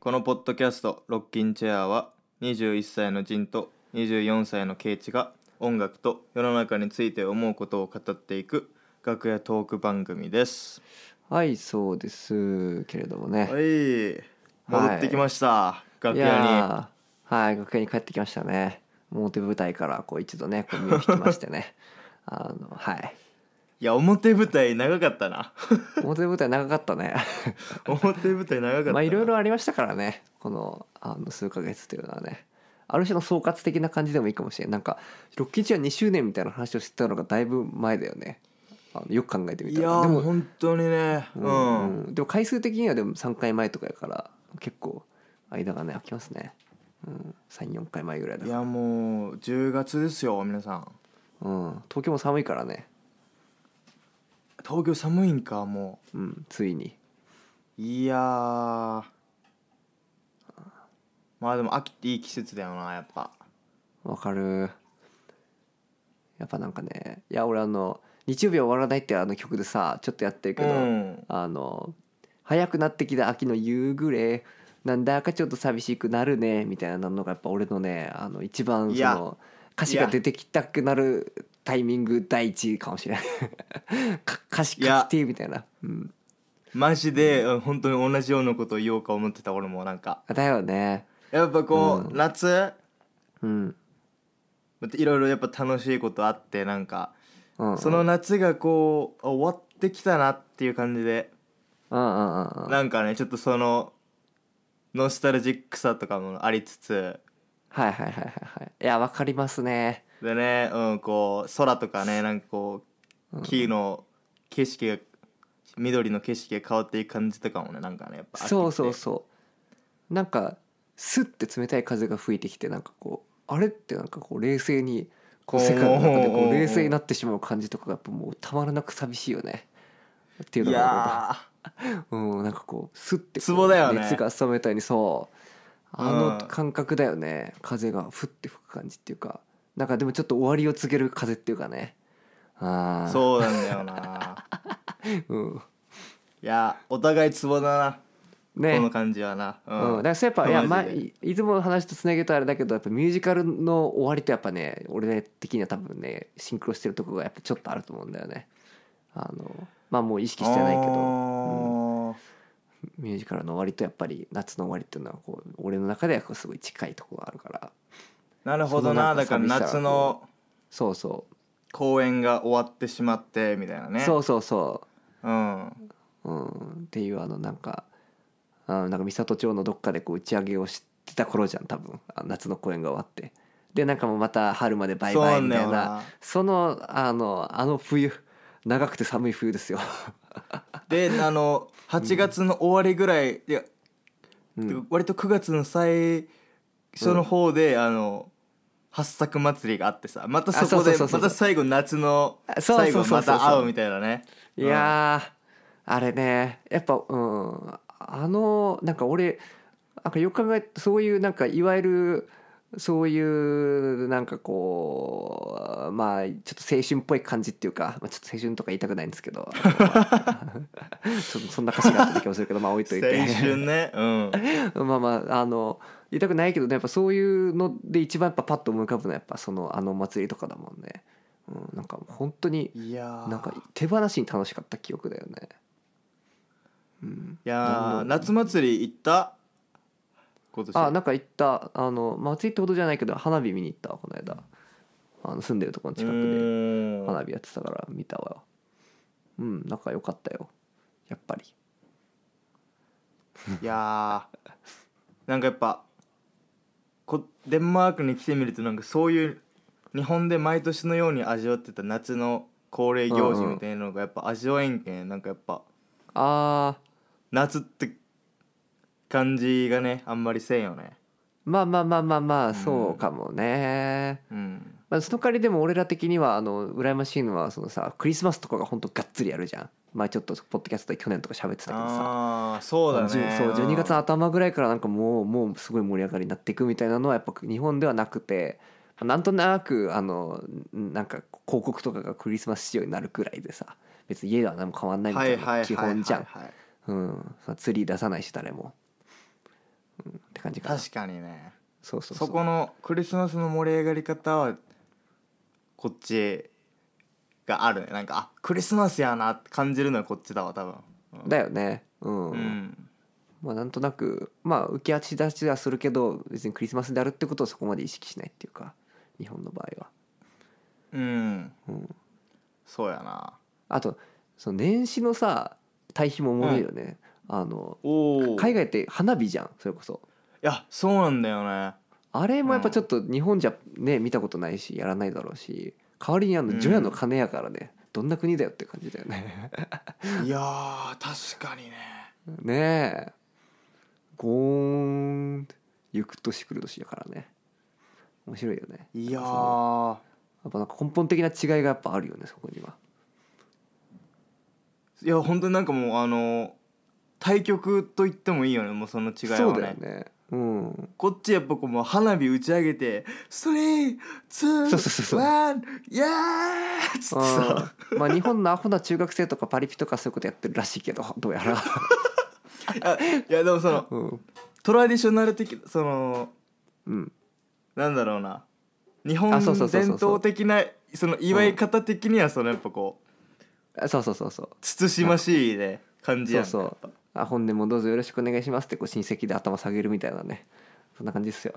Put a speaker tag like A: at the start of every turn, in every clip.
A: このポッドキャスト「ロッキンチェア」は21歳のジンと24歳のケイチが音楽と世の中について思うことを語っていく楽屋トーク番組です。
B: はいそうですけれどもね、
A: はい戻ってきました、楽
B: い
A: 屋
B: やーはい楽屋に帰ってきましたね表舞台からこう一度ねこう身を引きまして ねあのはい
A: に。いや表舞台長かった な
B: 表舞台長かったね
A: 表舞台長かったな
B: まあいろいろありましたからねこのあの数ヶ月というのはねある種の総括的な感じでもいいかもしれないなんかロッキーチェア2周年みたいな話をしてたのがだいぶ前だよねあのよく考えてみ
A: い
B: た
A: や
B: らで
A: ー
B: も
A: 本当にねう
B: うん
A: ん、
B: うんでも回数的にはでも3回前とかやから結構間がね空きますね、うん、34回前ぐらいだ
A: い
B: から、
A: やもう10月ですよ皆さん
B: うん、東京も寒いからね、
A: 東京寒いんかも
B: うん、ついに
A: ういやーまあでも秋っていい季節だよなやっぱ
B: わかるやっぱなんかねいや俺あの「日曜日は終わらない」ってあの曲でさちょっとやってるけど、
A: うん
B: あの早くなってきた秋の夕暮れなんだかちょっと寂しくなるねみたいなのがやっぱ俺のねあの一番
A: い
B: そ
A: や
B: の歌詞が出てきたくなるタイミング第一かもしれない か歌詞
A: い
B: 書
A: や
B: きてえみたいな、うん、
A: マジでうん本当に同じようなことを言おうか思ってた俺もなんか
B: だよね
A: やっぱこう、
B: うん
A: 夏
B: うん、
A: いろいろやっぱ楽しいことあってなんか
B: うんうん、
A: その夏がこうあ終わってきたなっていう感じで
B: うんうんうんうんはい
A: なんかねちょっとそのノスタルジックさとかもありつつ
B: はいはいはいはいいやわかりますね
A: でね、うん、こう空とかねなんかこ
B: う
A: うん木の景色が緑の景色が変わっていく感じとかもねなんかねやっぱ
B: そうそう
A: う
B: そうなんかスッて冷たい風が吹いてきてなんかこうあれってなんかこう冷静にこう世界の中でこう冷静になってしまう感じとかがやっぱもうたまらなく寂しいよねっていう
A: い
B: のが
A: や
B: うんなんかこうスッてこう
A: ツボだよね
B: 熱が染めたようにそうあ
A: うん
B: の感覚だよね風がふって吹く感じっていうかなんかでもちょっと終わりを告げる風っていうかね
A: ー
B: ああ
A: そうなんだよな
B: う、うん、
A: いやお互いツボだな、
B: ね
A: この感じはな、う
B: うん、だからそうやっぱい
A: マジで
B: や、まあ、いいつもの話とつなげるとあれだけどやっぱミュージカルの終わりとやっぱね俺的には多分ねシンクロしてるとこがやっぱちょっとあると思うんだよねあのまあもう意識してないけ
A: あ
B: ど
A: ー
B: ミュージカルの終わりとやっぱり夏の終わりっていうのはこう俺の中ではこうすごい近いとこがあるから
A: なるほどな
B: そのな
A: だ
B: んか
A: から
B: 寂しさが
A: 夏の
B: そうそう、
A: 公演が終わってしまってみたいなね
B: そうそうそ
A: うん
B: う、うん、っていうあのなんかあなんか三郷町のどっかでこう打ち上げをしてた頃じゃん多分あ夏の公演が終わってでなんかもうまた春までバイ
A: そう
B: バ
A: な
B: イ
A: ん
B: み
A: だ
B: たい
A: よ
B: な
A: な
B: そのあのあの冬長くて寒い冬ですよ、
A: であの8月の終わりぐらい、いや
B: うん、
A: 割と9月の最初の方で、あの八作祭りがあってさまたそこ
B: あそうそう
A: で
B: そう
A: ま
B: そう
A: た最後夏の
B: あそうそ
A: 最後
B: うそうそう
A: また会うみたいなね
B: いやーあれねやっぱうんあのなんか俺なんかよく考えそういうなんかいわゆるそういうなんかこうまあちょっと青春っぽい感じっていうか、まあ、ちょっと青春とか言いたくないんです けど ちょっとそんな歌詞があった気もするけどまあ置いと
A: 青
B: いて
A: 春ねうん
B: まあまああの言いたくないけどねやっぱそういうので一番やっぱパッと思い浮かぶのはやっぱそのあの祭りとかだもんね、うん、なんか本当に
A: いやー
B: なんか手放しに楽しかった記憶だよね、うん、
A: いやー
B: なんだ
A: 夏祭り行った今年
B: あなんか行ったあの祭りってほどじゃないけど花火見に行ったわこの間あの住んでるとこの近
A: う
B: く
A: ー
B: で
A: ん
B: 花火やってたから見たわうんなんか良かったよやっぱり
A: いやーなんかやっぱこデンマークに来てみるとなんかそういう日本で毎年のように味わってた夏の恒例行事みたいなのがやっぱ味わえんけんなんかやっぱ
B: あー
A: 夏って感じがねあんまりせんよね
B: まあまあまあまあまあそうかもね、
A: うん
B: まあ、その代わりでも俺ら的にはあの羨ましいのはそのさクリスマスとかが本当がっつりやるじゃん前ちょっとポッドキャストで去年とか喋ってたけどさ
A: ああーそうだね
B: じゅそう12月の頭ぐらいからなんかもうもうすごい盛り上がりになっていくみたいなのはやっぱ日本ではなくてまあなんとなくあのなんか広告とかがクリスマス仕様になるくらいでさ別に家では何も変わんないみ
A: は
B: た
A: い
B: い
A: はいはい
B: な基本じゃん
A: はいはい
B: うん、釣り出さないし誰も、って感じかな
A: 確かにね
B: そうそうそう
A: そこのクリスマスの盛り上がり方はこっちがあるねなんかあクリスマスやなって感じるのはこっちだわ多分
B: だよねうん、
A: うん
B: まあなんとなくまあ浮き足立ちはするけど別にクリスマスであるってことをそこまで意識しないっていうか日本の場合は、
A: うん
B: うん、
A: そうやな
B: あとその年始のさ対比もおもろいよね、あの
A: おお
B: 海
A: い
B: 外って花火じゃんそれこそ
A: やそうなんだよね
B: あれもやっぱちょっと日本じゃね見たことないしやらないだろうし代わりにあ
A: う
B: の
A: ん
B: 除夜の鐘やからね、どんな国だよって感じだよ ね
A: いやー確かにね
B: ねえゴーンって行く年来る年だからね面白いよね
A: いや
B: その
A: ー
B: やっぱなんか根本的な違いがやっぱあるよねそこにはい
A: や本当になんかもうあの対局と言ってもいいよねもうその違いはね
B: そうだよねうん
A: こっちやっぱこうもう花火打ち上げて「スリーツー
B: そうそうそうそう
A: ワンイエーイ!」っつってさ
B: うんまあ日本のアホな中学生とかパリピとかそういうことやってるらしいけど どうやら、
A: あいやでもその
B: うん
A: トラディショナル的その
B: うん、
A: なんだろうな日本
B: あそうそうそうそう
A: 伝統的なその祝い方的にはそのやっぱこう
B: あそうそうそうそう
A: 慎ましいね感じやん
B: そうそう
A: やっ
B: あ本年もどうぞよろしくお願いしますってこう親戚で頭下げるみたいなねそんな感じですよ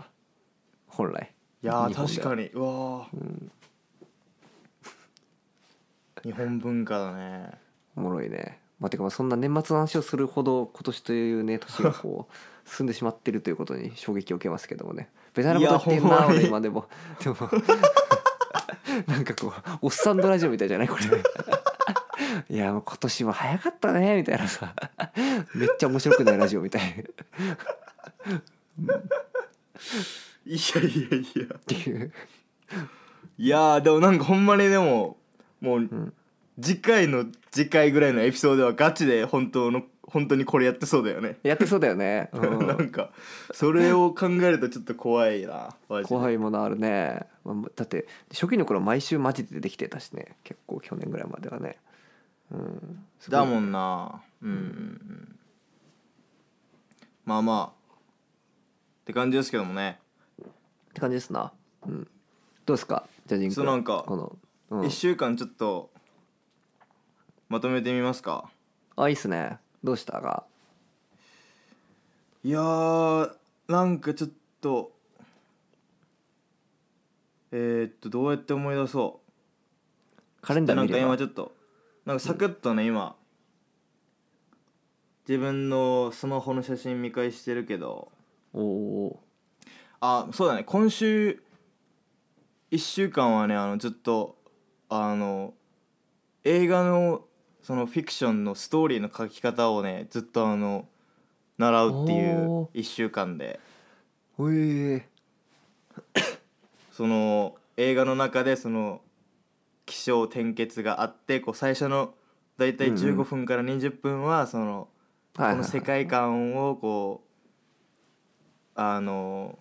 B: 本来
A: ぱい
B: 日
A: や
B: 本
A: ー
B: で
A: 確
B: は
A: かにうわー、日本文化だね
B: おもろいねまあてかまあそんな年末の話をするほど今年というね年がこう進んでしまってるということに 衝撃を受けますけどもねベタなこと言ってん
A: いや
B: な
A: ほんまに
B: 俺今でもでも なんかこうおっさんドラジオみたいじゃないこれ いやもう今年も早かったねみたいなさめっちゃ面白くないラジオみたい
A: いやいやいや
B: っていう
A: いやーでもなんかほんまにでももう、
B: ん
A: 次回の次回ぐらいのエピソードはガチで本当の本当にこれやってそうだよね、
B: やってそうだよね、う ん
A: なんかそれを考えるとちょっと怖いなマジで
B: 怖いものあるねまあだって初期の頃毎週マジで出てきてたしね結構去年ぐらいまではねうんすごい
A: だもんなうんうんうんまあまあって感じですけどもね
B: って感じですなうんどうですかじゃあジン君
A: そうなんか
B: この、うん
A: 1、週間ちょっとまとめてみますか
B: あいいっすねどうしたが
A: いやーなんかちょっとえー、っとどうやって思い出そう
B: カレンダー
A: なん
B: 見
A: か
B: れば
A: 今ちょっとなんかサクッとね、今自分のスマホの写真見返してるけど
B: おお
A: あそうだね今週1週間はねあのずっとあの映画のそのフィクションのストーリーの書き方をねずっとあの習うっていう
B: お
A: 1週間で
B: おええ
A: その映画の中でその起承転結があってこう最初の大体
B: うんう
A: 15
B: ん
A: 分から20分はその、
B: はい
A: こ
B: はい
A: の世
B: はい
A: 界観をこうあの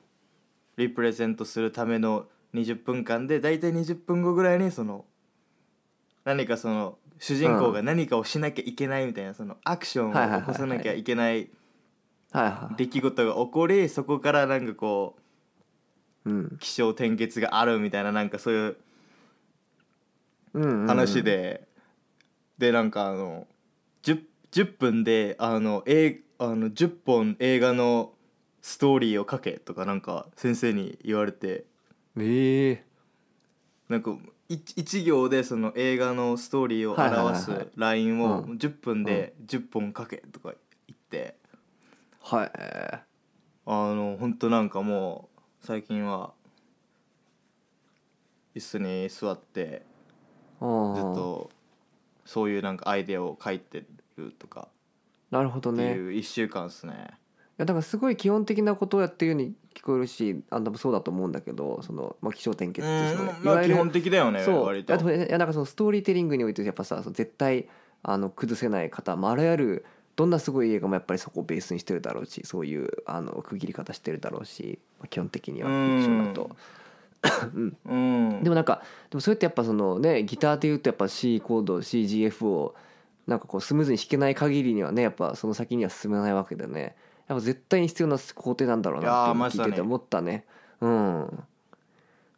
A: リプレゼントするための20分間で大体20分後ぐらいにその何かその主人公が何かをしなきゃいけないみたいなそのアクション
B: はいはいは
A: を
B: いは
A: 起
B: い
A: こさなきゃいけない
B: はいはい
A: 出来事が起こりそこからなんかこう
B: うん
A: 起承転結があるみたいななんかそういう
B: うんうんうん
A: 話で、でなんかあの 10, 10分であのえあの10本映画のストーリーを書けとかなんか先生に言われて
B: ええ
A: なんか 1, 行でその映画のストーリーを表
B: はいはいはいは
A: す
B: い
A: ラインを
B: うん
A: 10分で10本書けとか言って
B: はいえ
A: あの本当なんかもう最近は椅子に座って
B: ーああ
A: ずっとそういうなんかアイデアを書いてるとか
B: なるほど
A: って
B: ね
A: いう1週間ですね
B: いやだからすごい基本的なことをやってるように聞こえるしあんたもそうだと思うんだけどその、まあ、気象転結ってその
A: うんまあ基本的だよね
B: そう
A: 割と
B: あといやなんかそのストーリーテリングにおいてやっぱさその絶対あの崩せない方、まあ、あらゆるどんなすごい映画もやっぱりそこをベースにしてるだろうしそういうあの区切り方してるだろうし、まあ基本的にはフィクションだと。
A: うん
B: でもなんかでもそれってやっぱそのねギターでいうとやっぱ C コード CGF をなんかこうスムーズに弾けない限りにはねやっぱその先には進めないわけでねやっぱ絶対に必要な工程なんだろう
A: い
B: な
A: やー
B: って
A: まさ
B: 聞いてて
A: に
B: 思ったねうん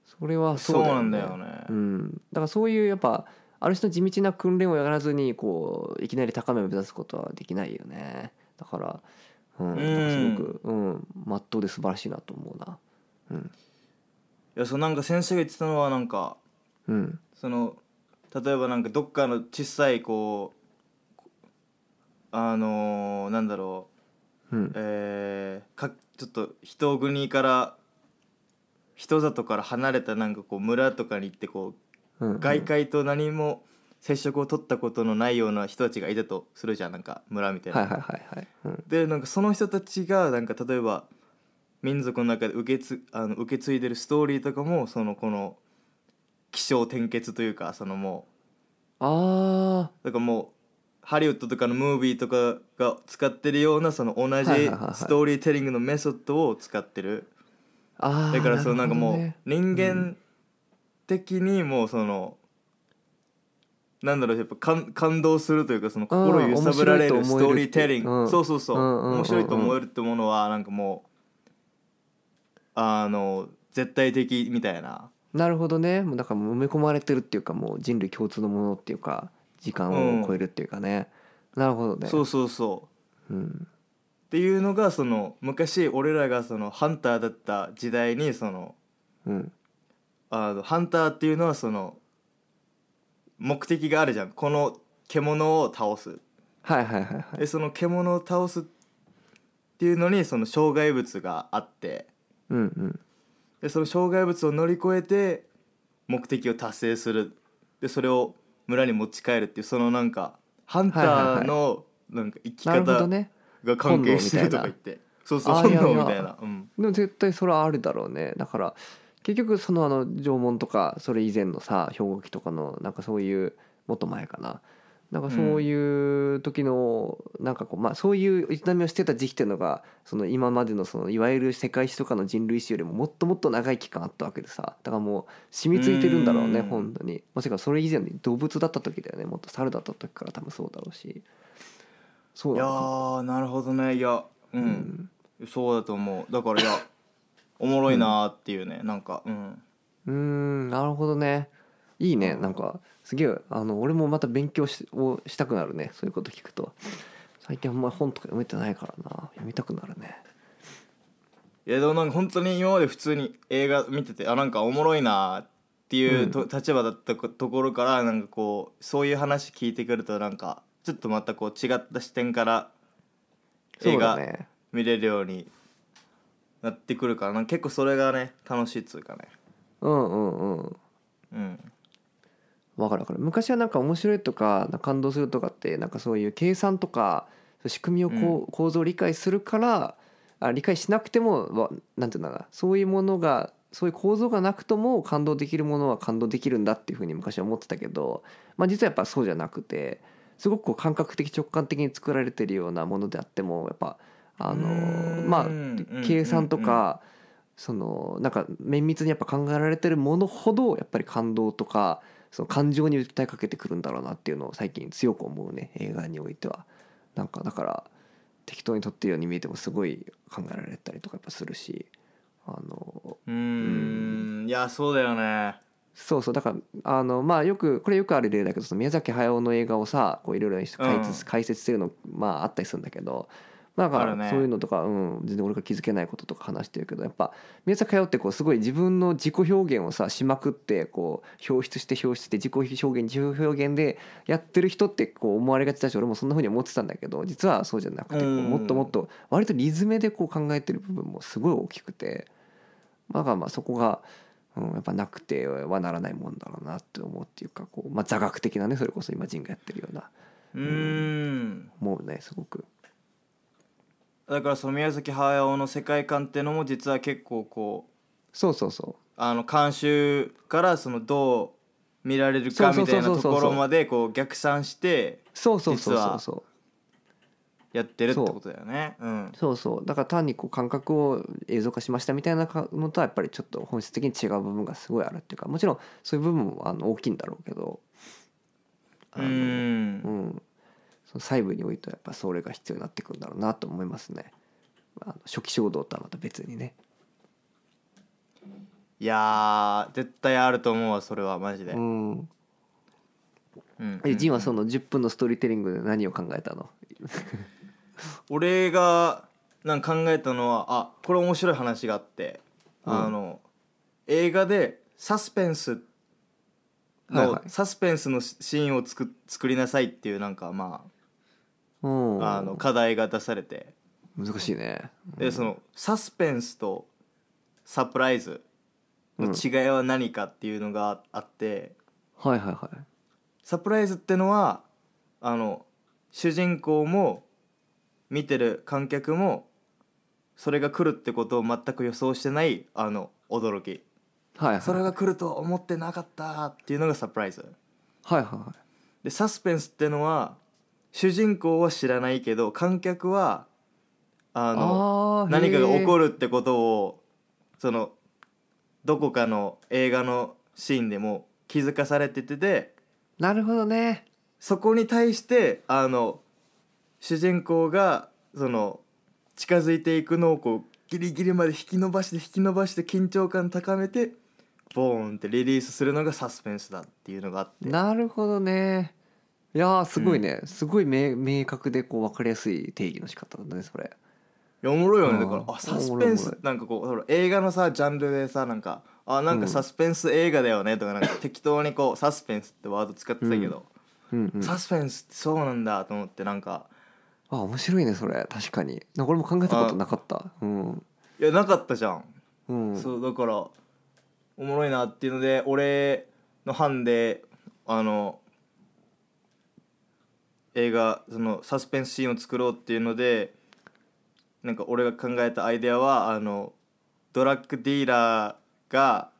B: それは
A: そ
B: そううだ
A: な
B: よ
A: ん
B: ね
A: だよね、
B: うん、だからそういうやっぱある種の地道な訓練をやらずにこういきなり高めを目指すことはできないよねだから、うん、
A: うん
B: なんかすごくうんまっとうで素晴らしいなと思うなうん
A: いやそうなんか先生が言ってたのはなんか
B: うん
A: その例えばなんかどっかの小さいこうあのーなんだろ
B: うん
A: う、えーかちょっと人国から人里から離れたなんかこう村とかに行ってこ
B: うん、
A: う外界と何も接触を取ったことのないような人たちがいたとするじゃんなんか村みたいな。
B: はいはいはいはい、うん、
A: でなんかその人たちがなんか例えば民族の中で受けつあの受け継いでるストーリーとかもそのこの起承転結というかそのも
B: あ
A: うだからもうハリウッドとかのムービーとかが使ってるようなその同じ
B: はいはいはいはい
A: ストーリーテリングのメソッドを使ってる
B: ーあー
A: だからそのなんかも
B: る
A: う人間的にもうそのなんだろうやっぱ感感動するというかその心
B: うん
A: 揺さぶられる
B: 面
A: ス
B: 白い
A: トー
B: と思える
A: リ
B: って
A: ーテリン
B: う
A: グ
B: ん
A: そうそうそう
B: うんうんうんうん
A: 面白いと思えるってものはなんかもうあの絶対的みたいな
B: ほどねなるほどねもうだからもう埋め込まれてるっていうかもう人類共通のものっていうか時間を超えるっていうかね、なるほどね
A: そうそうそう
B: うん、
A: っていうのがその昔俺らがそのハンターだった時代にその
B: うん、
A: あのハンターっていうのはその目的があるじゃんこの獣を倒す
B: はいはいはいはい
A: でその獣を倒すっていうのにその障害物があって
B: うんうん
A: でその障害物を乗り越えて目的を達成するでそれを村に持ち帰るっていうそのなんかハンターのなんか生き
B: なるほど
A: 方
B: ね
A: が関係してるとか言って、そうそう
B: あ
A: 本
B: いやいや
A: 能みたいなうん
B: でも絶対それはあるだろうねだから結局そのあの縄文とかそれ以前のさ兵庫期とかのなんかそういうもっと前かななんかそういう時のなんかこうまあそういう営みをしてた時期っていうのがその今までのそのいわゆる世界史とかの人類史よりももっともっと長い期間あったわけでさだからもう染みついてるんだろうね
A: うん
B: 本当にもしかそれ以前に動物だった時だよねもっと猿だった時から多分そうだろうしそう
A: い
B: な
A: や
B: のか
A: ーなるほどねいやう、
B: うんん
A: そうだと思うだからいやおもろいなーっていうね、なんかうん
B: うーんなるほどねいいねなんかすげえあの俺もまた勉強しをしたくなるねそういうこと聞くと最近あんまり本とか読めてないからな読みたくなるね
A: いやでもなんか本当に今まで普通に映画見ててあなんかおもろいなっていうと、
B: う
A: 立場だったこところからなんかこうそういう話聞いてくるとなんかちょっとまたこう違った視点から
B: そ
A: 映
B: う
A: 画
B: だね
A: 見れるようになってくるからなんか結構それがね楽しいっつうかね
B: うんうんうん
A: うん
B: わかるわかる昔はなんか面白いとかなんか感動するとかってなんかそういう計算とか仕組みをこう、構造を理解するからあ理解しなくてもわなんていうんだろうなそういうものがそういう構造がなくとも感動できるものは感動できるんだっていうふうに昔は思ってたけど、まあ、実はやっぱそうじゃなくてすごくこう感覚的直感的に作られてるようなものであってもやっぱあの
A: うーん
B: まあ
A: うん
B: 計算とかそのなんか綿密にやっぱ考えられてるものほどやっぱり感動とかその感情に訴えかけてくるんだろうなっていうのを最近強く思うね映画においてはなんかだから適当に撮ってるように見えてもすごい考えられたりとかやっぱするしあの
A: うーんいやそうだよね
B: そうそうだからあのまあよくこれよくある例だけどその宮崎駿の映画をさこういろいろ解説,、
A: うん
B: 解説してるのまああったりするんだけどまあだか
A: あるね
B: らそういうのとか、うん全然俺が気づけないこととか話してるけどやっぱ宮崎駿ってこうすごい自分の自己表現をさしまくってこう表出して表出して自己表現自己表現でやってる人ってこう思われがちだし俺もそんな風に思ってたんだけど実はそうじゃなくてこう
A: うん
B: もっともっと割とリズムでこう考えてる部分もすごい大きくてまあだからまあそこが、うん、やっぱなくてはならないもんだろうなって思うっていうかこう、まあ、座学的なねそれこそ今人がやってるような
A: うーん
B: 思うねすごく。
A: だからその宮崎駿の世界観っていうのも実は結構こう
B: そうそうそ
A: あの慣習からそのどう見られるかみたいな
B: そうそうそうそう
A: と
B: そう
A: ころまでこう逆算して
B: うそうそうそう
A: 実
B: そ
A: は
B: うそう。
A: やってるってことだよね。うん、
B: そうそうだから単にこう感覚を映像化しましたみたいなのとはやっぱりちょっと本質的に違う部分がすごいあるっていうかもちろんそういう部分もあの大きいんだろうけどあ
A: う
B: の
A: ん
B: うんその細部においてはやっぱそれが必要になってくるんだろうなと思いますね。あの初期衝動とはまた別にね、
A: いやー絶対あると思うわそれはマジで、
B: うん、
A: うん
B: えジンはそ
A: の
B: の10分のストーリーテリングで何を考えたの
A: 俺がなんか考えたのはあこれ面白い話があって、
B: うん
A: あの映画でサスペンスの、
B: はいはい
A: サスペンスのシシーンを作作りなさいっていうなんかまあ,、
B: うん
A: あの課題が出されて
B: 難しいね
A: でそのサスペンスとサプライズの違いは何かっていうのがあって、
B: はいはいはい
A: サプライズってのはあの主人公も見てる観客もそれが来るってことを全く予想してないあの驚き
B: はいはい
A: それが来ると思ってなかったっていうのがサプライズ
B: はいは
A: でサスペンスってのは主人公は知らないけど観客はあ
B: い
A: の
B: の
A: 何かが起こ
B: る
A: るってことをそのどこかの映画のシーンでも気づかされててで
B: なるほどね
A: そこに対してあの主人公がその近づいていくのをこうギリギリまで引き伸ばして引き伸ばして緊張感高めてボーンってリリースするのがサスペンスだっていうのがあって
B: なるほどねいやーすごいね、すごい明明確でこう分かりやすい定義の仕方だねそれ
A: いやおもろいよねだか
B: う
A: ら
B: ん
A: あサスペン
B: おもろいおも
A: ス
B: ろ
A: なんかこうほら映画のさジャンルでさなんかあなんかサスペンス映画だよねとかなんか 適当にこうサスペンスってワード使ってたけど、
B: うんうん
A: サスペンスってそうなんだと思ってなんか
B: あ面白いねそれ確かになんか俺も考えたことなかったうん
A: いやなかったじゃん
B: うん
A: そうだからおもろいなっていうので俺の班であの映画そのサスペンスシーンを作ろうっていうのでなんか俺が考えたアイデアはあのドラッグディーラーが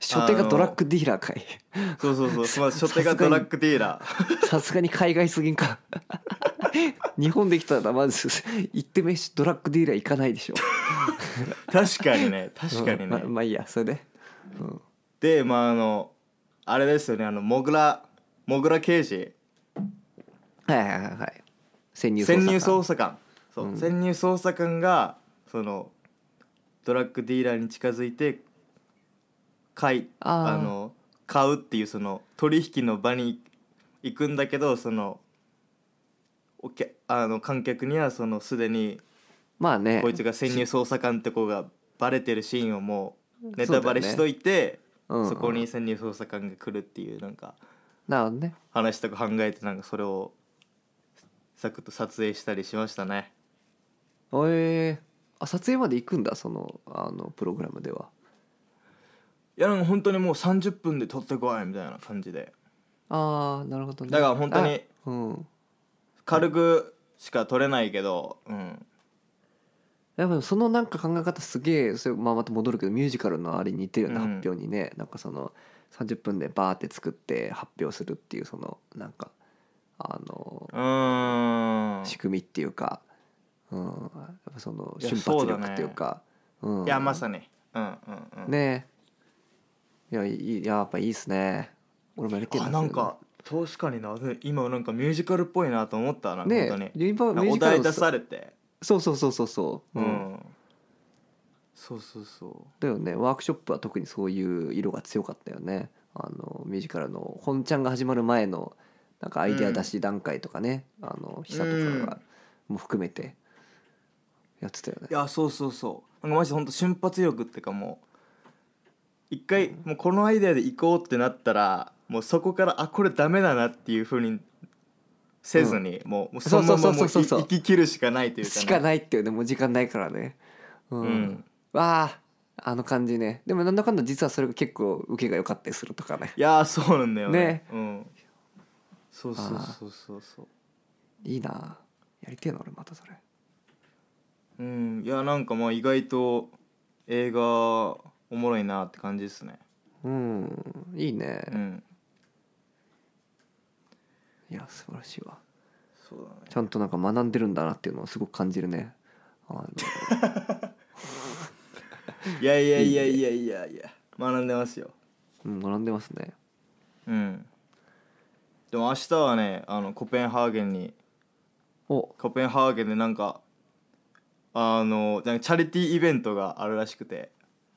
B: 初手がドラッグディーラーかい
A: そうそうそうまあ初手がドラッグディーラー
B: さすがに海外すぎんか 日本できたらまず行って飯ドラッグディーラー行かないでしょ
A: 確かに ね確かにね、
B: うんままあいいやそれで、うん、
A: でまああのあれですよねあのモグラモグラ刑事
B: はいはいはいはい潜入捜査
A: 潜
B: 官
A: 入捜査官そう、
B: うん
A: 潜入捜査官がそのドラッグディーラーに近づいて買い
B: あー
A: あの買うっていうその取引の場に行くんだけどそのおけあの観客にはそのすでに
B: まあね
A: こいつが潜入捜査官って子がバレてるシーンをもうネタバレしといて
B: う
A: そ,、
B: んうん
A: こに潜入捜査官が来るっていうなんか
B: なるほどね
A: 話とか考えてなんかそれをサクッと撮影したりしましたね。
B: えー、あ撮影まで行くんだそのあのプログラムではい
A: やなんか本当にもう30分で撮ってこいみたいな感じで
B: ああなるほどね
A: だから本当に
B: あうん
A: 軽くしか撮れないけど、うん、
B: やっぱそのなんか考え方すげえそれ、まあ、また戻るけどミュージカルのあれに似てるよね、
A: うん
B: 発表にねなんかその30分でバーって作って発表するっていうそのなんかあの
A: うーん
B: 仕組みっていうか、うん、やっぱその
A: いや
B: 瞬
A: そ
B: 発
A: うだね
B: 力っていうかうん
A: いやまさにうんうんうん
B: ねえいやいいいややっぱいいっすね俺もやりてえ
A: あなんか確かになで今なんかミュージカルっぽいなと思ったな、
B: それね
A: 本当
B: ね
A: に
B: ユニバ
A: なんか
B: ミュー
A: お
B: ジカル
A: 題
B: の
A: 出されて
B: そうそうそうそうそう、
A: う
B: うん
A: ん、そうそうそ
B: だよねワークショップは特にそういう色が強かったよねあのミュージカルの本ちゃんが始まる前のなんかアイデア出し段階とかね、あの久とかがも含めてやってたよね
A: うい、やそうそうそうなんかマジで本当瞬発力ってかもう一回もうこのアイデアで行こうってなったらもうそこからあこれダメだなっていうふうにせずに、もうもうそのままも
B: そううそうそうそうそう
A: 生き切るしかないというか、ね、
B: しかないっていうねもう時間ないからねうん、
A: うん
B: わああの感じねでもなんだかんだ実はそれが結構受けが良かったりするとかね
A: いやーそうなんだよね
B: ね
A: うん、そうそうそうそうそう
B: いいなやりてえな俺またそれ
A: うんいやなんかまあ意外と映画おもろいなって感じですね
B: うんいいね、
A: うん
B: いや素晴らしいわ
A: そうだね
B: ちゃんとなんか学んでるんだなっていうのをすごく感じるねあの
A: いやいやいやいやいやいや学んでますよ
B: うん学んでますね
A: うんでも明日はねあのコペンハーゲンに
B: お
A: コペンハーゲンでなんかあのなんかチャリティーイベントがあるらしくて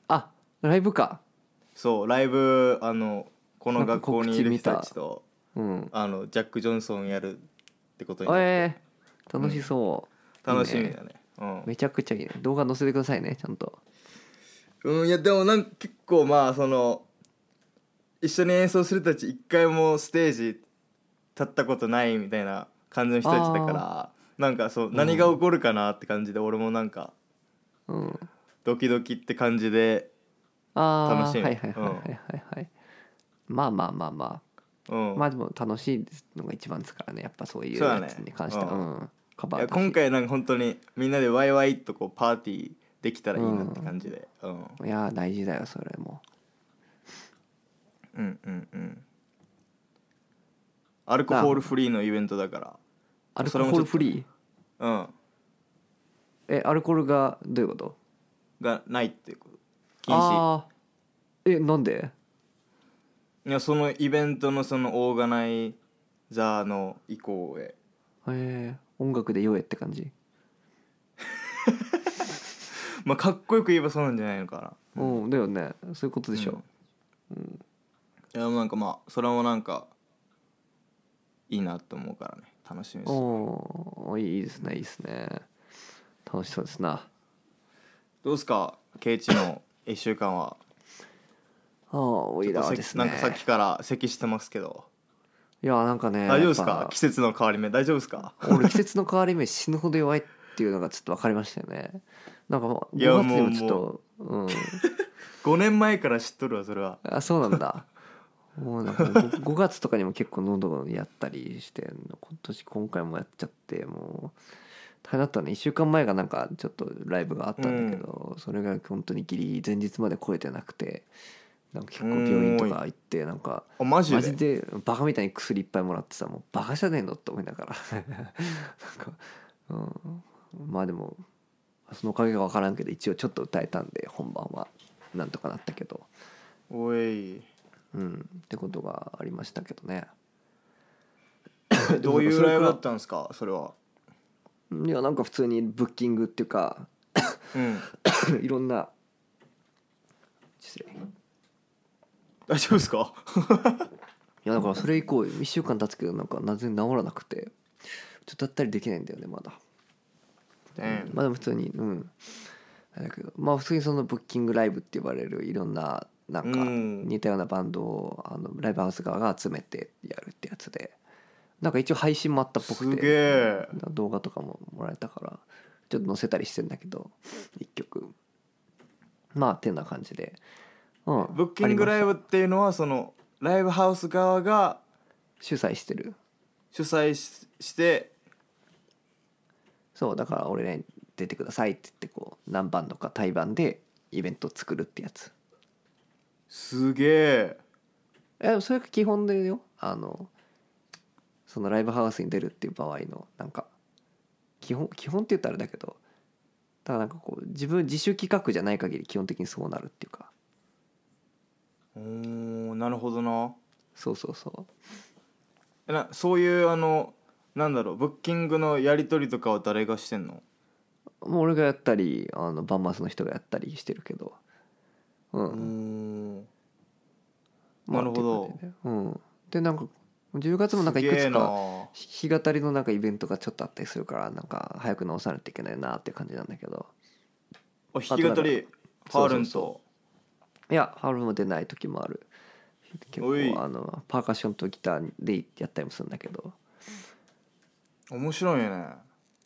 B: あライブか
A: そうライブあのこの学校にいる人
B: なん
A: たち
B: か告知見た
A: と
B: うん
A: あのジャック・ジョンソンやるってことになって
B: えー、楽しそう、
A: 楽しみだ
B: ね
A: ねうん
B: めちゃくちゃいいね動画載せてくださいねちゃんと
A: うんいやでもなんか結構まあその一緒に演奏する人たち一回もステージ立ったことないみたいな感じの人たちだからなんかそう何が起こるかなって感じで、俺もなんか
B: うん
A: ドキドキって感じで
B: あー
A: 楽しみ
B: はいはいはいはいはいはい、まあまあまあま
A: うん
B: あ、まあでも楽しいのが一番ですからねやっぱそういう
A: そうだ
B: や
A: ね
B: つに関しては
A: う
B: うんん、カバ
A: い
B: ー
A: や
B: だし
A: 今回なんか本当にみんなでワイワイとこうパーティーできたらいいなって感じで、うん、
B: いやー大事だよそれも
A: うんうんうんアルコホールフリーのイベントだか
B: アル
A: そ
B: コ
A: れもち
B: ー
A: ょっと
B: ルフリー
A: らうん
B: えアルコールがどういうこと
A: がないっていうこと禁止
B: あーえなんで
A: いやそのイベントのそのオーガナイザーの意向へ
B: えー、音楽で酔えって感じ
A: まあかっこよく言えばそうなんじゃないのかな
B: うん、だよねそういうことでしょ、
A: いやでもなんかまあそれもなんかいいなと思うからね楽しみです
B: おおいいですねいいですね楽しそうですな
A: どうすかケイチの1週間は
B: ああおいらは
A: せ
B: ですね
A: なんかさっきから咳してますけど
B: いやなんかね
A: 大丈夫です
B: やっ
A: か
B: ぱ
A: 季節の変わり目大丈夫ですか
B: 俺季節の変わり目死ぬほど弱いっていうのがちょっと分かりましたよねなんかもう
A: いや
B: 5月にもちょっとうん
A: 5年前から知っとるわそれは
B: あそうなん だもうなんか5 5月とかにも結構喉やったりして今年今回もやっちゃってもう大変だったね1週間前がなんかちょっとライブがあったんだけど、それが本当にギリ前日まで超えてなくてなんか結構病院とか行ってなんか
A: あマジで
B: マジでバカみたいに薬いっぱいもらってさもうバカじゃねえのって思いながら なんか、うん、まあでもそのおかげか分からんけど一応ちょっと歌えたんで本番はなんとかなったけど
A: おい
B: うんってことがありましたけどね
A: どういうライブだったんですかそれはい
B: やなんか普通にブッキングっていうか
A: うん
B: いろんな失礼い
A: 大丈夫ですか
B: やだからそれ以降1週間経つけどなんかなぜ治らなくてちょっとだったりできないんだよねまだ
A: ね
B: まあでも普通にうんあれだけどまあ普通にそのブッキングライブって呼ばれるいろんななんか
A: うん
B: 似たようなバンドをあのライブハウス側が集めてやるってやつでなんか一応配信もあったっぽくて
A: すげえ
B: 動画とかももらえたからちょっと載せたりしてんだけど一曲まあてな感じで、うん、
A: ブッキングライ
B: ブ
A: ブっていうのはそのライブハウス側が
B: 主催してる
A: 主催しして
B: そうだから俺らに出てくださいって言ってこう何番とか対番でイベント作るってやつ
A: すげえ
B: えそれが基本だよあのそのライブハウスに出るっていう場合のなんか基本基本って言ったらあれだけどただなんかこう自分自主企画じゃない限り基本的にそうなるっていうか
A: おーなるほどな
B: そうそうそう
A: えなそういうあのなんだろうブッキングのやり取りとかは誰がしてんの
B: もう俺がやったりあのバンマスの人がやったりしてるけどうん、
A: おー
B: まあ
A: なるほど
B: っていう感じでうん、でなんか10月もなんかいく
A: す
B: つ
A: げえな
B: か日日語りのなんかイベントがちょっとあったりするからなんか早く直さないといけないなっていう感じなんだけど
A: お弾き語りファールンと
B: そいやハールも出ない時もある結
A: おい
B: 構あのパーカッションとギターでやったりもするんだけど
A: 面白いね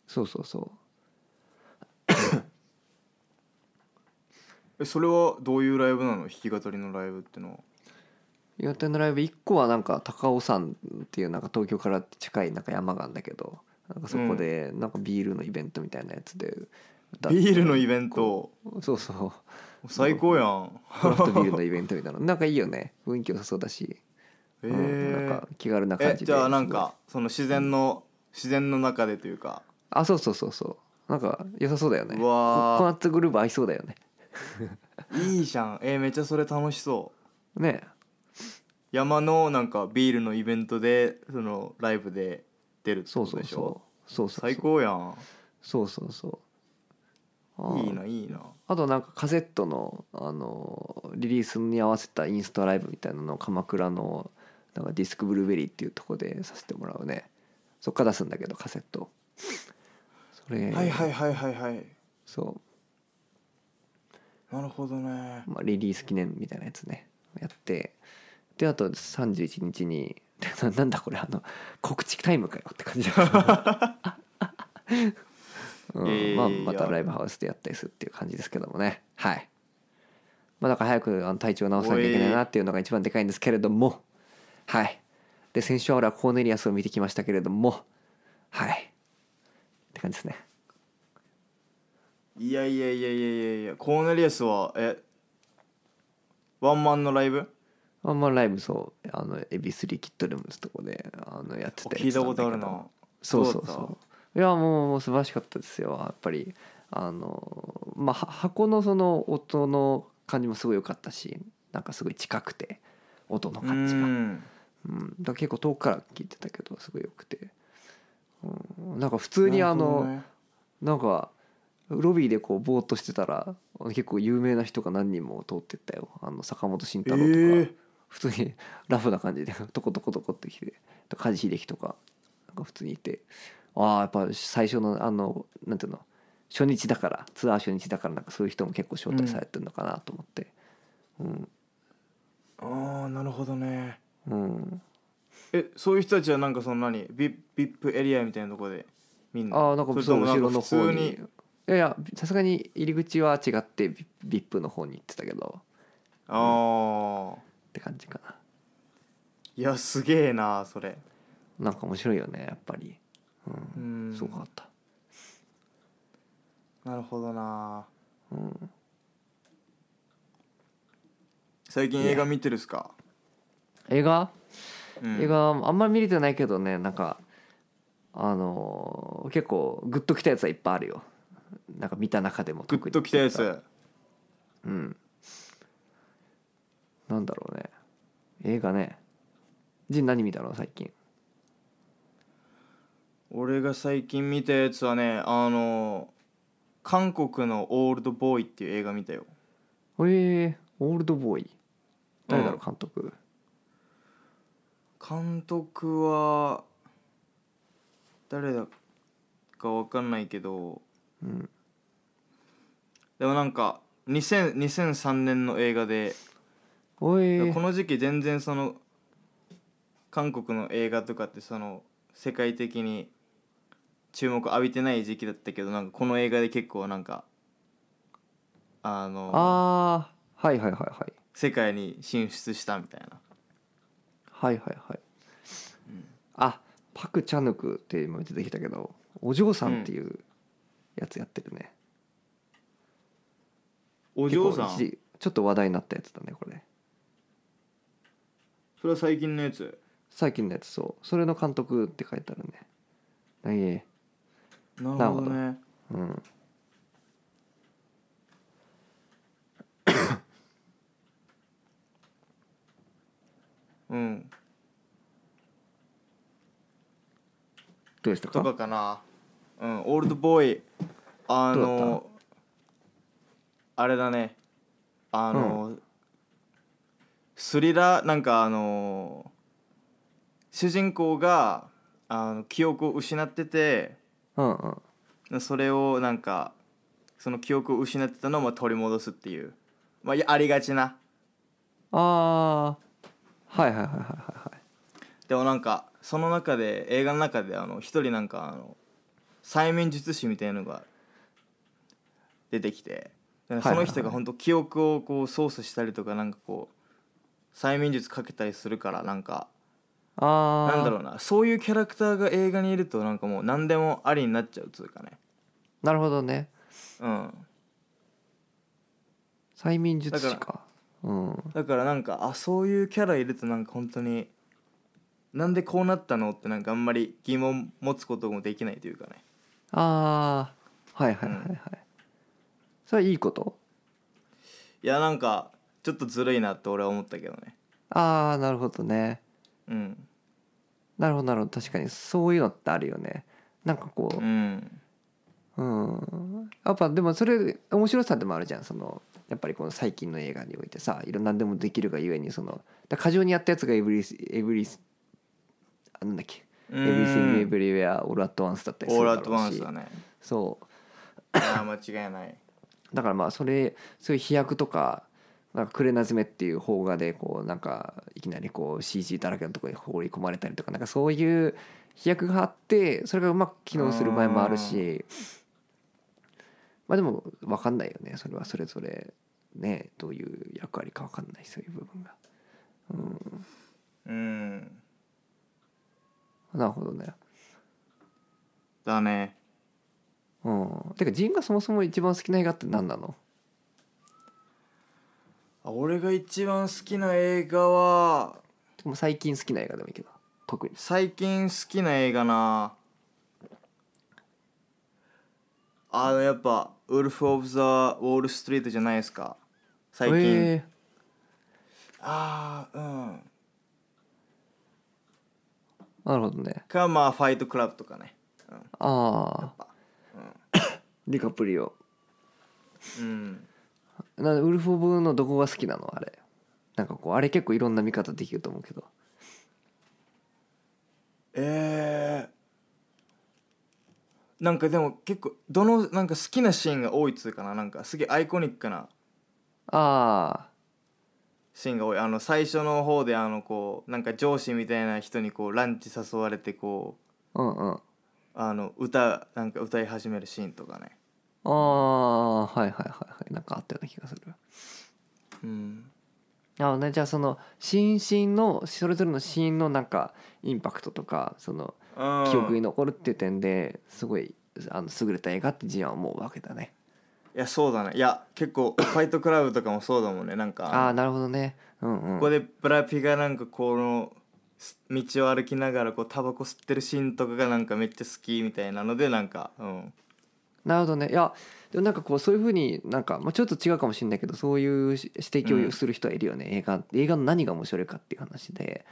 B: そうそうそう
A: えそれはどういうライブなの弾き語りのライブってのは
B: 岩手のライブ1個はなんか高尾山っていうなんか東京から近いなんか山があるんだけどなんかそこでなんかビールのイベントみたいなやつで歌って
A: ビールのイベント
B: そうそう
A: 最高やん
B: クラフトビールのイベントみたいななんかいいよね雰囲気良さそうだし、
A: え
B: うんなん
A: ー
B: か、気軽な感
A: え
B: じで
A: じゃあなん
B: すごい
A: かその自然の、自然の中でというか
B: あそうそうそうそうなんか良さそうだよね
A: うわー
B: ココナッツグループ合いそうだよね
A: いいじゃんえーめっちゃそれ楽しそう
B: ね
A: 山のなんかビールのイベントでそのライブで出るって
B: そ
A: こと
B: うそう
A: でし
B: そ
A: ょ
B: うそうそうそう
A: 最高やん
B: そうそうそううん
A: いいないいな
B: あとなんかカセットのあのリリースに合わせたインストライブみたいなのを鎌倉のなんかディスクブルーベリーっていうとこでさせてもらうねそっから出すんだけどカセットそれ
A: はいはいはいはいはい
B: そ
A: なるほどね
B: う、まあ、リリース記念みたいなやつねやってであと31日に ななんだこれあの告知タイムかよって感じだ、 うん
A: いやいやいや
B: まあ、またライブハウスでやったりするっていう感じですけどもねはいまあだから早くあの体調を直さなきゃいけないなっていうのが一番でかいんですけれどもはいで先週は俺はコーネリアスを見てきましたけれどもはいって感じですね
A: いやいやいやいやいやいやコーネリアスはえワンマンのライブ
B: ワンマンライブそうあのエビスリーキットルームズとこであのやって
A: お
B: たやつ
A: 聞いたことある
B: んだけど
A: な
B: そうそう
A: どうだっ
B: そういやもうもう素晴らしかったですよやっぱりあのまあは箱のその音の感じもすごい良かったしなんかすごい近くて音の
A: う
B: 感じが
A: ん
B: うん、だから結構遠くから聞いてたけどすごい良くて、うん、なんか普通に
A: なるほ
B: あの
A: ど
B: な,、
A: ね
B: んかロビーでこうぼーっとしてたら結構有名な人が何人も通ってったよあの坂本慎
A: え
B: 太郎とか、
A: ー、
B: 普通にラフな感じでトコトコトコってきて梶秀樹とかなんか普通にいてああやっぱ最初のあのなんていうの初日だからツアー初日だからなんかそういう人も結構招待されてるのかなと思ってうん、
A: ああなるほどね
B: うん、
A: えそういう人たちはなんかその何ビビップエリアみたいなとこでみんな
B: ああなんかそう後ろの方に
A: に
B: いやいやさすがに入り口は違ってビビップの方に行ってたけど
A: ああ
B: って感じかない
A: やすげえなそれ
B: なんか面白いよねやっぱり
A: う
B: うんん、すごかった
A: なるほどな
B: うん
A: 最近映画見てるっすか、
B: 映画
A: うん
B: 映画あんまり見れてないけどねなんかあのー結構グッときたやつはいっぱいあるよなんか見た中でも
A: グ
B: 特
A: ッ
B: に
A: ときたやつ
B: うんなんだろうね映画ねジン何見たの最近
A: 俺が最近見たやつはねあの韓国の「オールドボーイ」っていう映画見たよ
B: えー、オールドボーイ誰だろう監督、
A: 監督は誰だか分かんないけど
B: うん、
A: でもなんか2000 2003年の映画で
B: おい
A: この時期全然その韓国の映画とかってその世界的に注目浴びてない時期だったけどなんかこの映画で結構なんかあの
B: あーはいはいはいはい
A: 世界に進出したみたいな
B: はいはいはい、あパク・チャヌクって今出てきたけどお嬢さんっていうやつやってるね、
A: お嬢さ
B: 結
A: ん
B: 構一時ちょっと話題になったやつだねこれ
A: それは最近のやつ
B: 最近のやつそうそれの監督って書いてあるねあいえ
A: な
B: な
A: る
B: る
A: ほ
B: ほど
A: どね
B: うん
A: うん
B: どうでしたか
A: とかかなうんオールドボーイあ
B: どうだっ
A: のあれだねあの、スリラーなんかあの主人公があの記憶を失ってて
B: うんうん
A: それをなんかその記憶を失ってたのをまあ取り戻すっていう、まあ、いやありがちな
B: あーはいはいはいはいはいはい
A: でもなんかその中で映画の中であの一人なんかあの催眠術師みたいなのが出てきてだからその人
B: はいはいは
A: が
B: い
A: 本当記憶をこう操作したりとかなんかこう催眠術かけたりするからなんか
B: あー
A: なんだろうなそういうキャラクターが映画にいるとなんかもう何でもありになっちゃうつうかね
B: なるほどね
A: うん
B: 催眠術師
A: だ
B: かうん
A: だからなんかあそういうキャラいるとなんか本当になんでこうなったのってなんかあんまり疑問持つこともできないというかね
B: あーはいはいはいはい、それはいいこと
A: いやなんかちょっとずるいなって俺は思ったけどね
B: ああなるほどね
A: うん
B: なるほどなるほど確かにそういうのってあるよねなんかこう、
A: うん
B: うん、やっぱでもそれ面白さでもあるじゃんそのやっぱりこの最近の映画においてさいろんなんでもできるがゆえにそのだ過剰にやったやつがエブリスエブリスあなんだっけ
A: う
B: エブリシング・エ
A: ん
B: ブリウェア・オール・アット・ワンスだったりす
A: オー
B: るだ
A: ラット
B: ろ
A: ワ
B: う
A: ンス
B: し
A: だね
B: そう
A: あー間違いない
B: だからまあそれそういう飛躍とか「なんかクレナズメ」っていう邦画でこうなんかいきなりこう CG だらけのところに放り込まれたりとかなんかそういう飛躍があってそれがうまく機能する場合もあるしまあでも分かんないよねそれはそれぞれねどういう役割か分かんないそういう部分が。
A: うん
B: なるほどね。
A: だね
B: うん、てかジンがそもそも一番好きな映画って何なの
A: あ俺が一番好きな映画は
B: でも最近好きな映画でもいいけど特に。
A: 最近好きな映画なあのやっぱ「ウルフ・オブ・ザ・ウォール・ストリート」じゃないですか最近、
B: え
A: ああうん
B: ーなるほどね。
A: かまあ「ファイト・クラブ」とかね
B: ああ
A: ぱ、
B: ディカプリオ
A: うん
B: なんでウルフ・オブのどこが好きなのあれなんかこうあれ結構いろんな見方できると思うけど
A: えー、なんかでも結構どのなんか好きなシーンが多いっつうかななんかすげえアイコニックな
B: あ
A: シーンが多いあの最初の方であのこうなんか上司みたいな人にこうランチ誘われてこう
B: あうんうんあ
A: あの歌なんか歌い始めるシーンとかね
B: あはいはいはいはいなんかあったような気がする
A: うん
B: ああねじゃあその心身のそれぞれのシーンのなんかインパクトとかその記憶に
A: い
B: 残るっていう点ですごいあの優れた映画ってジンは思うわけだね
A: やそうだねいや結構 ファイトクラブとかもそうだもんねなん
B: あ
A: か
B: あなるほどねうんうん
A: ここでブラピがなんかこのす道を歩きながらこうタバコ吸ってるシーンとかがなんかめっちゃ好きみたいなのでなんかうん
B: なるほどねいやでもなんかこうそういうふうになんか、まあ、ちょっと違うかもしれないけどそういうし指摘をする人はいるよね、映画映画の何が面白いかっていう話で、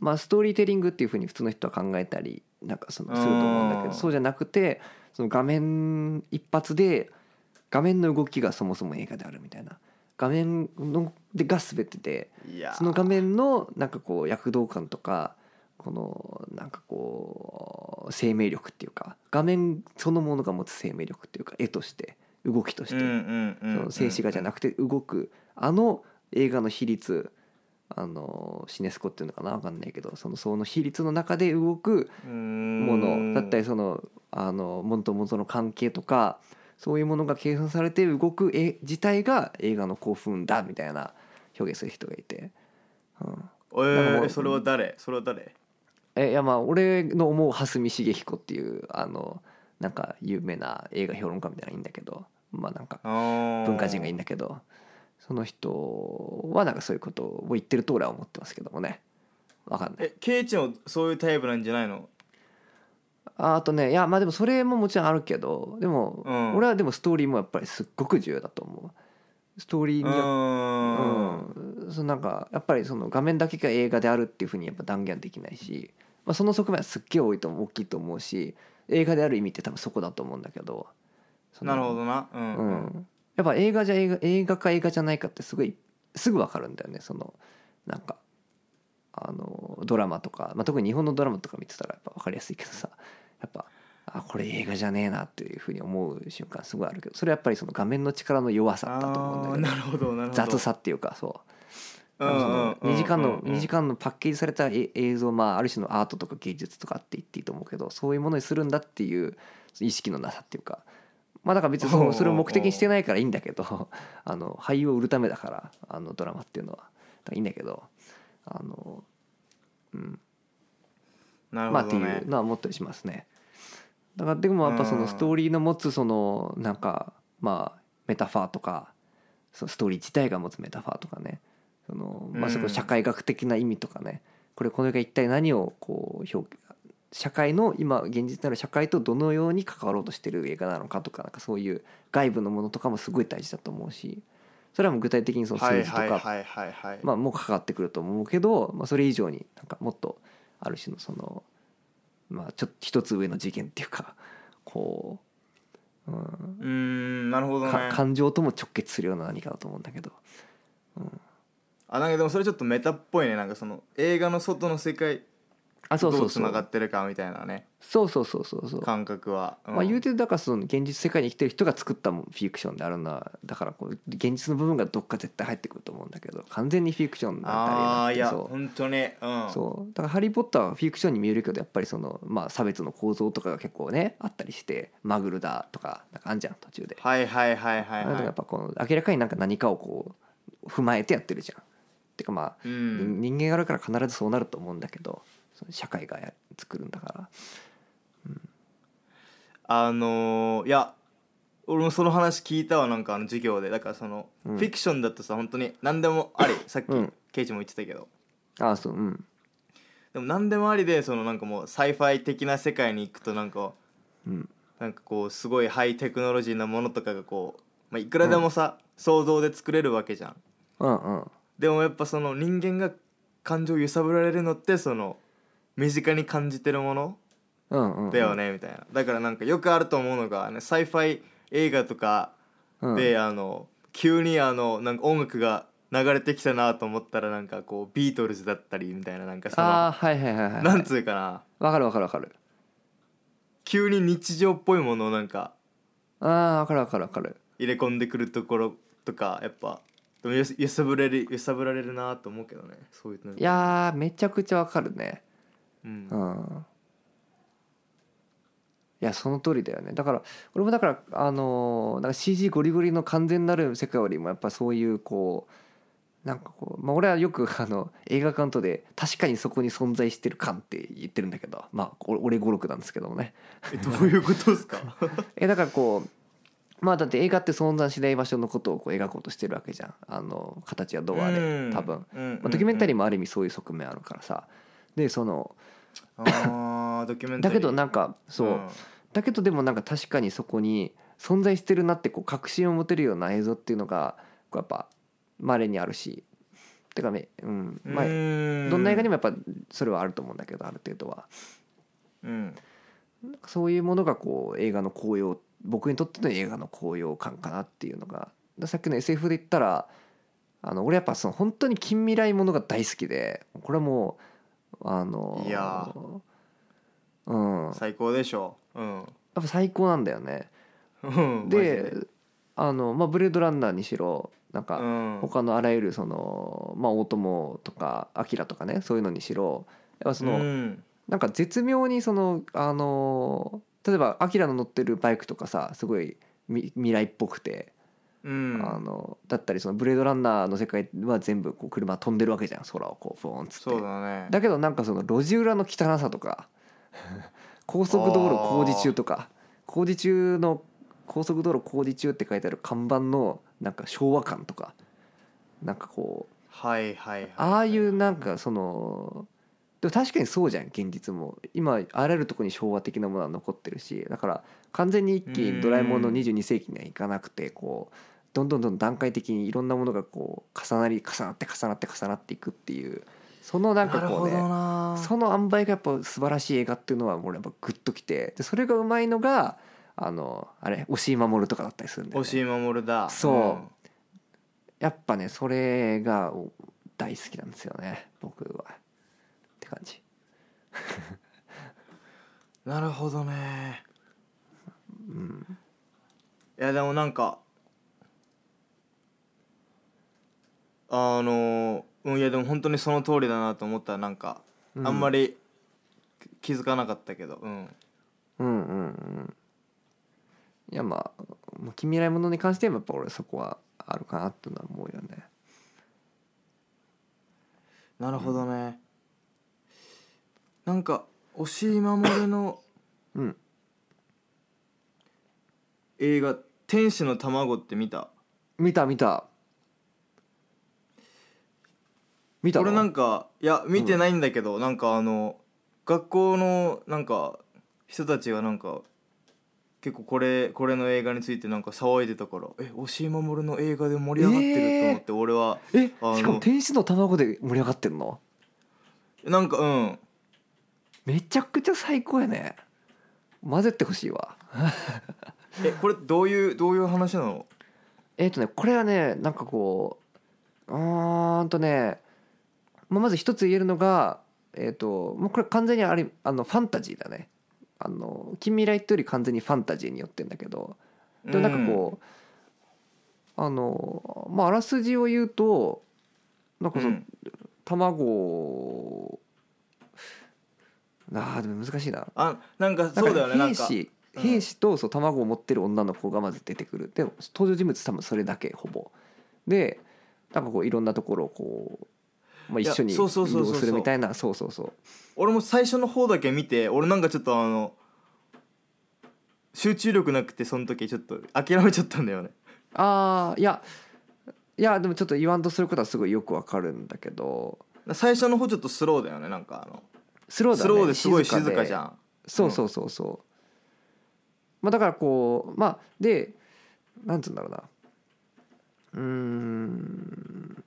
B: まあ、ストーリーテリングっていうふうに普通の人は考えたりなんかそのすると思うんだけ
A: う
B: ど
A: ん
B: そうじゃなくてその画面一発で画面の動きがそもそも映画であるみたいな画面のでが全てで
A: いやー
B: その画面のなんかこう躍動感とかこのなんかこう生命力っていうか画面そのものが持つ生命力っていうか絵として動きとし
A: うんう
B: て
A: んう
B: そ
A: ん
B: の静止画じゃなくて動くあの映画の比率あのシネスコっていうのかな分かんないけどそのその比率の中で動くも
A: も
B: のだったりそのあのもともとの関係とかそういうものが計算されて動く絵自体が映画の興奮だみたいな表現する人がいて、うん、
A: え
B: なんかも
A: ー、
B: う
A: それは誰それは誰
B: えいやまあ俺の思う蓮見茂彦っていうあのなんか有名な映画評論家みたいなのがいいんだけどまあなんか文
A: 文
B: 化人がいいんだけどその人はなんかそういうことを言ってると俺は思ってますけどもねわかんない
A: えケイチもそういうタイプなんじゃないの
B: ああとねいやまあでもそれももちろんあるけどでも、
A: うん
B: 俺はでもストーリーもやっぱりすっごく重要だと思うストーリーに
A: う
B: よう
A: ーん
B: ん、そのなんかやっぱりその画面だけが映画であるっていうふうにやっぱ断言できないし、まあ、その側面はすっげえ多いと思う大きいと思うし映画である意味って多分そこだと思うんだけどその
A: なるほどなうん、
B: う、ん、やっぱ映画じゃ映画映画か映画じゃないかってすごいすぐ分かるんだよねそのなんかあのドラマとか、まあ、特に日本のドラマとか見てたらやっぱ分かりやすいけどさやっぱあこれ映画じゃねえなっていうふうに思う瞬間すごいあるけどそれやっぱりその画面の力の弱さだと思うんだ
A: あーな
B: けど
A: るほどなるほど
B: 雑さっていうかそう
A: うんうんうん
B: 2時間
A: うん
B: の
A: うん
B: 2時間のパッケージされたえ映像まあある種のアートとか芸術とかって言っていいと思うけどそういうものにするんだっていう意識のなさっていうかまあだから別にそ
A: おうおうお
B: の
A: う
B: それを目的にしてないからいいんだけど あの俳優を売るためだからあのドラマっていうのはだからいいんだけどあのうん
A: なる
B: まあ
A: ほ
B: って
A: どね、
B: いうのは思ったりしますね。だからでもやっぱそうの
A: ん
B: ストーリーの持つそのなんかまあメタファーとかそのストーリー自体が持つメタファーとかねそのまあそこ
A: うん
B: 社会学的な意味とかねこれこれが一体何をこう表社会の今現実にある社会とどのように関わろうとしてる映画なのかとかなんかそういう外部のものとかもすごい大事だと思うしそれはもう具体的にその
A: はい
B: 政治と
A: はい
B: か
A: はいはいはい、
B: まあ、もうかかってくると思うけど、まあ、それ以上になんかもっとある種のその、まあ、ちょっと一つ上の次元っていうかこううん
A: うーんなるほど
B: か
A: ね
B: 感情とも直結するような何かだと思うんだけど
A: あなんかでもそれちょっとメタっぽいねなんかその映画の外の世界
B: あそ
A: とど
B: うそうう
A: つ
B: そ
A: なが
B: う
A: ってるかみたいなね
B: そうそうそうそうそう
A: 感覚は、うん
B: まあ、言うてだからその現実世界に生きてる人が作ったもんフィクションであるのはだからこう現実の部分がどっか絶対入ってくると思うんだけど完全にフィクションだったり
A: ああい
B: な
A: や
B: んてそう
A: 本当にうん
B: そうだから「ハリー・ポッター」はフィクションに見えるけどやっぱりその、まあ、差別の構造とかが結構ねあったりしてマグルだとかなんかあんじゃん途中で、
A: はいはいはいはい
B: だからやっ
A: は
B: ぱこの明らかになんか何かをこう踏まえてやってるじゃん。てかまあ、
A: いうん
B: 人間があるから必ずそうなると思うんだけどその社会がや作るんだから
A: あのーいや俺もその話聞いたわなんかあの授業でだからその、
B: うん
A: フィクションだとさ本当に何でも ありさっき、
B: うん
A: ケイチも言ってたけど
B: ああそううん
A: でも何でもありでそのなんかもうサイファイ的な世界に行くとなんか
B: うん
A: なんかこうすごいハイテクノロジーなものとかがこう、まあ、いくらでもさ、想像で作れるわけじゃん
B: うんうん
A: でもやっぱその人間が感情を揺さぶられるのってその身近に感じてるもの
B: うんうんうん
A: だよねみたいなだからなんかよくあると思うのが、ね、サイファイ映画とか
B: うん
A: で、あの急にあのなんか音楽が流れてきたなと思ったらなんかこうビートルズだったりみたいななんかそ
B: あ
A: の
B: あはいはいはいはい
A: なんつうかな
B: わかるわかるわかる
A: 急に日常っぽいものをなんか
B: ああわかるわかるわかる
A: 入れ込んでくるところとかやっぱでも揺す揺さぶれる揺さぶられるなと思うけどねそういうの
B: いやーめちゃくちゃわかるね
A: うん
B: う、んいやその通りだよねだから俺もだからあのーなんか CG ゴリゴリの完全なる世界よりもやっぱそういうこうなんかこう、まあ、俺はよく あの映画監督で確かにそこに存在してる感って言ってるんだけどまあお俺語録なんですけどもね
A: えどういうことですか
B: えだからこうまあだって映画って存在しない場所のことをこう描こうとしてるわけじゃんあの形はどうあれ多分、、
A: うんうん
B: まあ、ドキュメンタリーもある意味そういう側面あるからさでその
A: あードキュメンタ
B: だ
A: リー
B: けどなんかそう、
A: うん
B: だけどでもなんか確かにそこに存在してるなってこう確信を持てるような映像っていうのがこうやっぱ稀にあるしてかねうんまあど
A: ど
B: んな映画に
A: も、
B: もやっぱそれはあると思うんだけどある程度は
A: うん、
B: そういうものがこう映画の高揚僕にとっての映画の高揚感かなっていうのがださっきの SF で言ったらあの俺やっぱその本当に近未来ものが大好きでこれはもうあの
A: いや
B: うんやっ
A: 最高でしょうん
B: ぱ最高なんだよね。
A: うん
B: であの、まあ、ブレードランナーにしろなん
A: マジう
B: か
A: ん、
B: 他のあらゆるその、まあ、大友とかアキラとかねそういうのにしろやっぱその、
A: うん
B: なんか絶妙にそのあのー例えばアキラの乗ってるバイクとかさすごいみ未来っぽくて、
A: うん、
B: あのだったりそのブレードランナーの世界は全部こう車飛んでるわけじゃん空をこうフォーンっつって
A: そうだね
B: だけどなんかその路地裏の汚さとか 高速道路工事中とか工事中の高速道路工事中って書いてある看板のなんか昭和感とかなんかこう
A: はいはいはい
B: ああいうなんかそのでも確かにそうじゃん現実も今あらゆるとこに昭和的なものは残ってるしだから完全に一気に「ドラえもん」の
A: うん
B: 22世紀にはいかなくてこうどんどんどんどん段階的にいろんなものがこう重なり重なって重なって重なっていくっていうそのなんかこうね
A: なるほどな
B: その塩梅がやっぱ素晴らしい映画っていうのは俺やっぱグッときてでそれがうまいのがあのあれ押井守とかだったりするんだよ、
A: 押井
B: ね、
A: 守だ
B: そやっぱねそれがお大好きなんですよね僕はって感じ
A: うん、なるほどね
B: うん
A: いやでもなんかあのうんいやでも本当にその通りだなと思ったなんか、あんま
B: り
A: り気づかなかったけどうん
B: うんうんうんいやまあもう近未来ものに関してはやっぱ俺そこはあるかなっていうのは思うよね
A: なるほどね、なんか押井守の
B: うん
A: 映画「天使の卵」って見た
B: 見た見た見た
A: これなん
B: か
A: かいや見てないんだけど、なんかあの学校のなんか人たちがなんか結構これこれの映画についてなんか騒いでたからえ押井守の映画で盛り上がってると思って、俺は
B: えし
A: あの
B: かも天使の卵で盛り上がってんの
A: なんかうん
B: めちゃくちゃ最高やね混ぜてほしいわ
A: えこれどういうどういう話なの
B: えっ、とねこれはねなんかこううーんとね、まあ、まず一つ言えるのがえっ、ともうこれ完全にあれあのファンタジーだねあの近未来ってより完全にファンタジーによってんだけどでもなんかこう、あのまああらすじを言うとなんか
A: う
B: そ
A: ん、う
B: の
A: ん
B: 卵を、あーでも難しいな
A: あなんか
B: なん
A: そ
B: か
A: うだよねなん
B: 兵
A: か
B: 士
A: うん
B: 兵士とそう卵を持ってる女の子がまず出てくるで登場人物多分それだけほぼでなんかこういろんなところをこう、まあ、
A: いや
B: 一緒に移
A: そ
B: 動
A: うそうそうそうそう
B: するみたいなそうそうそう
A: 俺も最初の方だけ見て俺なんかちょっとあの集中力なくてその時ちょっと諦めちゃったんだよね
B: ああいやいやでもちょっと言わんとすることはすごいよくわかるんだけど
A: 最初の方ちょっとスローだよねなんかあの
B: スローだ、ね、
A: スローですごい静
B: で
A: かじゃん
B: そうそうそうそう、まあだからこうまあでなんつうんだろうなうーん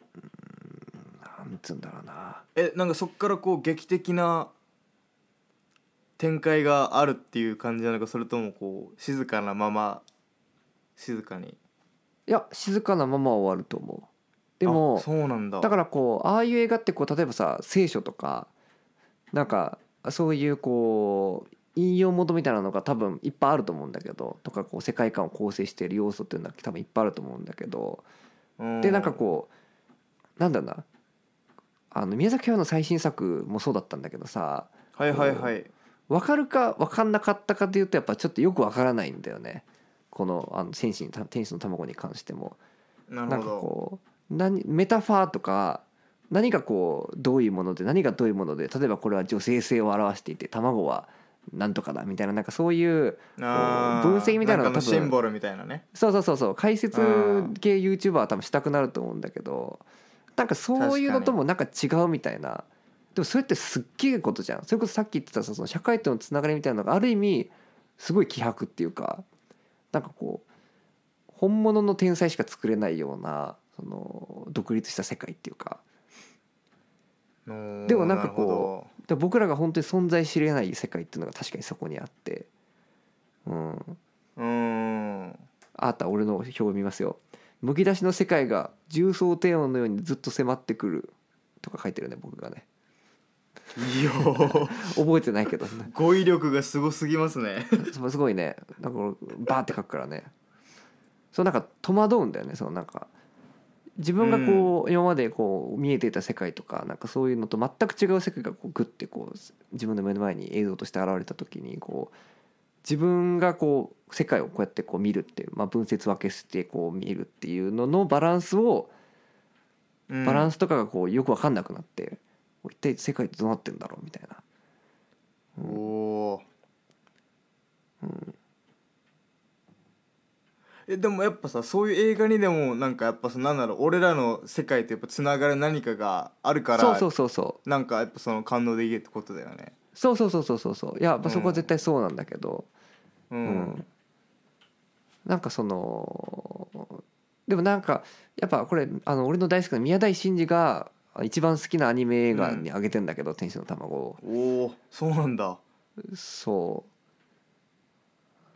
B: なんつうんだろうな
A: えなんかそっからこう劇的な展開があるっていう感じなのかそれともこう静かなまま静かに
B: いや静かなまま終わると思うで
A: あ
B: も
A: そうなんだ
B: だ
A: ら
B: からこうああいう映画ってこう例えばさ聖書とかなんかそういうこう引用元みたいなのが多分いっぱいあると思うんだけどとかこう世界観を構成している要素っていうのは多分いっぱいあると思うんだけどでなんかこうなんだろうなあの宮崎駿の最新作もそうだったんだけどさ
A: うはいはいはい
B: 分かるか分かんなかったかというとやっぱちょっとよく分からないんだよねこのあの天使に天使の卵に関しても。
A: な
B: な
A: る
B: ん
A: ほ
B: か
A: ど
B: こう何メタファーとか何がこうどういうもので何がどういうもので例えばこれは女性性を表していて卵はなんとかだみたいななんかそういう
A: あー
B: 分析みたいなの
A: んか
B: 多分
A: シンボルみたいなね
B: そうそうそうそう解説
A: うん
B: 系 YouTuber は多分したくなると思うんだけどなんかそういうのともなんか違うみたいなでもそれってすっげえことじゃんそれこそさっき言ってたさその社会とのつながりみたいなのがある意味すごい希薄っていうかなんかこう本物の天才しか作れないようなその独立した世界っていうか
A: で
B: でもなんかこで僕らが本当に存在しれない世界っていうのが確かにそこにあってうん
A: ううーん
B: あった俺の表を見ますよ「むき出しの世界が重層低音のようにずっと迫ってくる」とか書いてるね僕がね
A: いいよー
B: 覚えてないけど
A: 語彙力がすごすぎますね
B: すすごいねなんか俺バーって書くからねそうなんか戸惑うんだよねそのなんか自分がこう今までこう見えていた世界とかなんかそういうのと全く違う世界がこうグッてこう自分の目の前に映像として現れた時にこう自分がこう世界をこうやってこう見るっていう、まあ、分節分けしてこう見るっていうののバランスをバラン
A: ス
B: スとかがこうよく分かんなくなって一体世界ってどうなってんだろうみたいな
A: おおーえでもやっぱさそういう映画にでもなんかやっぱさなんだろう俺らの世界とやっぱつながる何かがあるから
B: そうそうそうそう
A: なんかやっぱその感動できるってことだよね
B: そうそうそうそうそうそういや、まあ、そこは絶対そうなんだけど、
A: う、
B: うんなんかそのでもなんかやっぱこれあの俺の大好きな宮台真司が一番好きなアニメ映画にあげてんだけど「天使の卵」を
A: おおそうなんだ
B: そ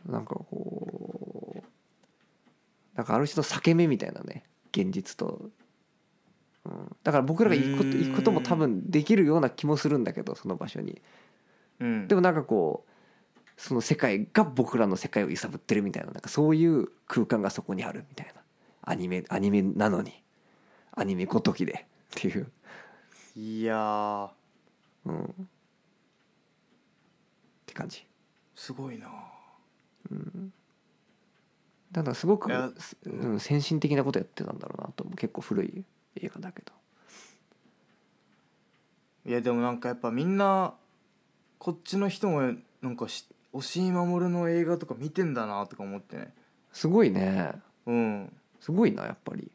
B: うなんかこうなんかある種の裂け目みたいなね現実と、うん、だから僕らが行くこと
A: うーん
B: 行くことも多分できるような気もするんだけどその場所に
A: うん
B: でもなんかこうその世界が僕らの世界を揺さぶってるみたいななんかそういう空間がそこにあるみたいなアニメアニメなのにアニメごときでっていう、
A: いやー
B: うん、って感じ
A: すごいな
B: だからすごく
A: いや、
B: うん、先進的なことやってたんだろうなと思う結構古い映画だけど
A: いやでもなんかやっぱみんなこっちの人もなんかし押井守の映画とか見てんだなとか思ってね
B: すごいね
A: うん
B: すごいなやっぱり
A: い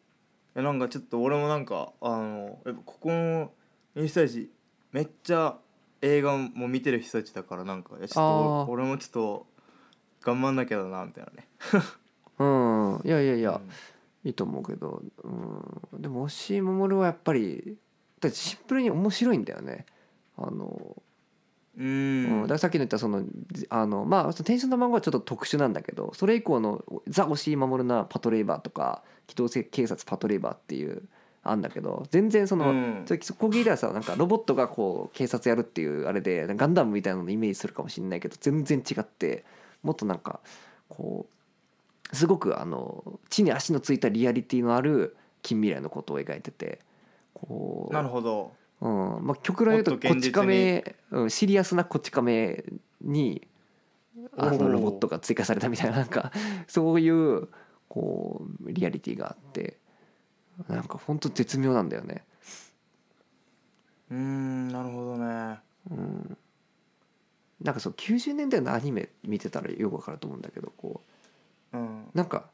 A: やなんかちょっと俺もなんかあのやっぱここのイスタジめっちゃ映画も見てる人たちだからなんかいやちょっ
B: あー
A: と俺もちょっと頑張んなきゃだなみたいなね
B: うんいやいやい
A: い
B: や、いいと思うけど、うん、でも押井守はやっぱりだってシンプルに面白いんだよねあの
A: う
B: うん、
A: ん
B: だからさっきの言ったそのじあのまあその天使の番号はちょっと特殊なんだけどそれ以降の「ザ・押井守なパトレイバー」とか「機動警察パトレイバー」っていうあんだけど全然その、
A: うん
B: それそこ聞いたらさなんかロボットがこう警察やるっていうあれでガンダムみたいなのイメージするかもしれないけど全然違ってもっとなんかこうすごくあの地に足のついたリアリティのある近未来のことを描いててこう
A: なるほど
B: うんまあ、極論言うと
A: もっと
B: こ
A: 現実
B: っ
A: に
B: ち亀、うん、シリアスなこっち亀にあ
A: お
B: の
A: ー
B: ロボットが追加されたみたいななんか そういうこうリアリティがあってなんか本当絶妙なんだよね。
A: うーんなるほどね
B: うん、なんかそう90年代のアニメ見てたらよくわかると思うんだけどこ
A: うん
B: うなんか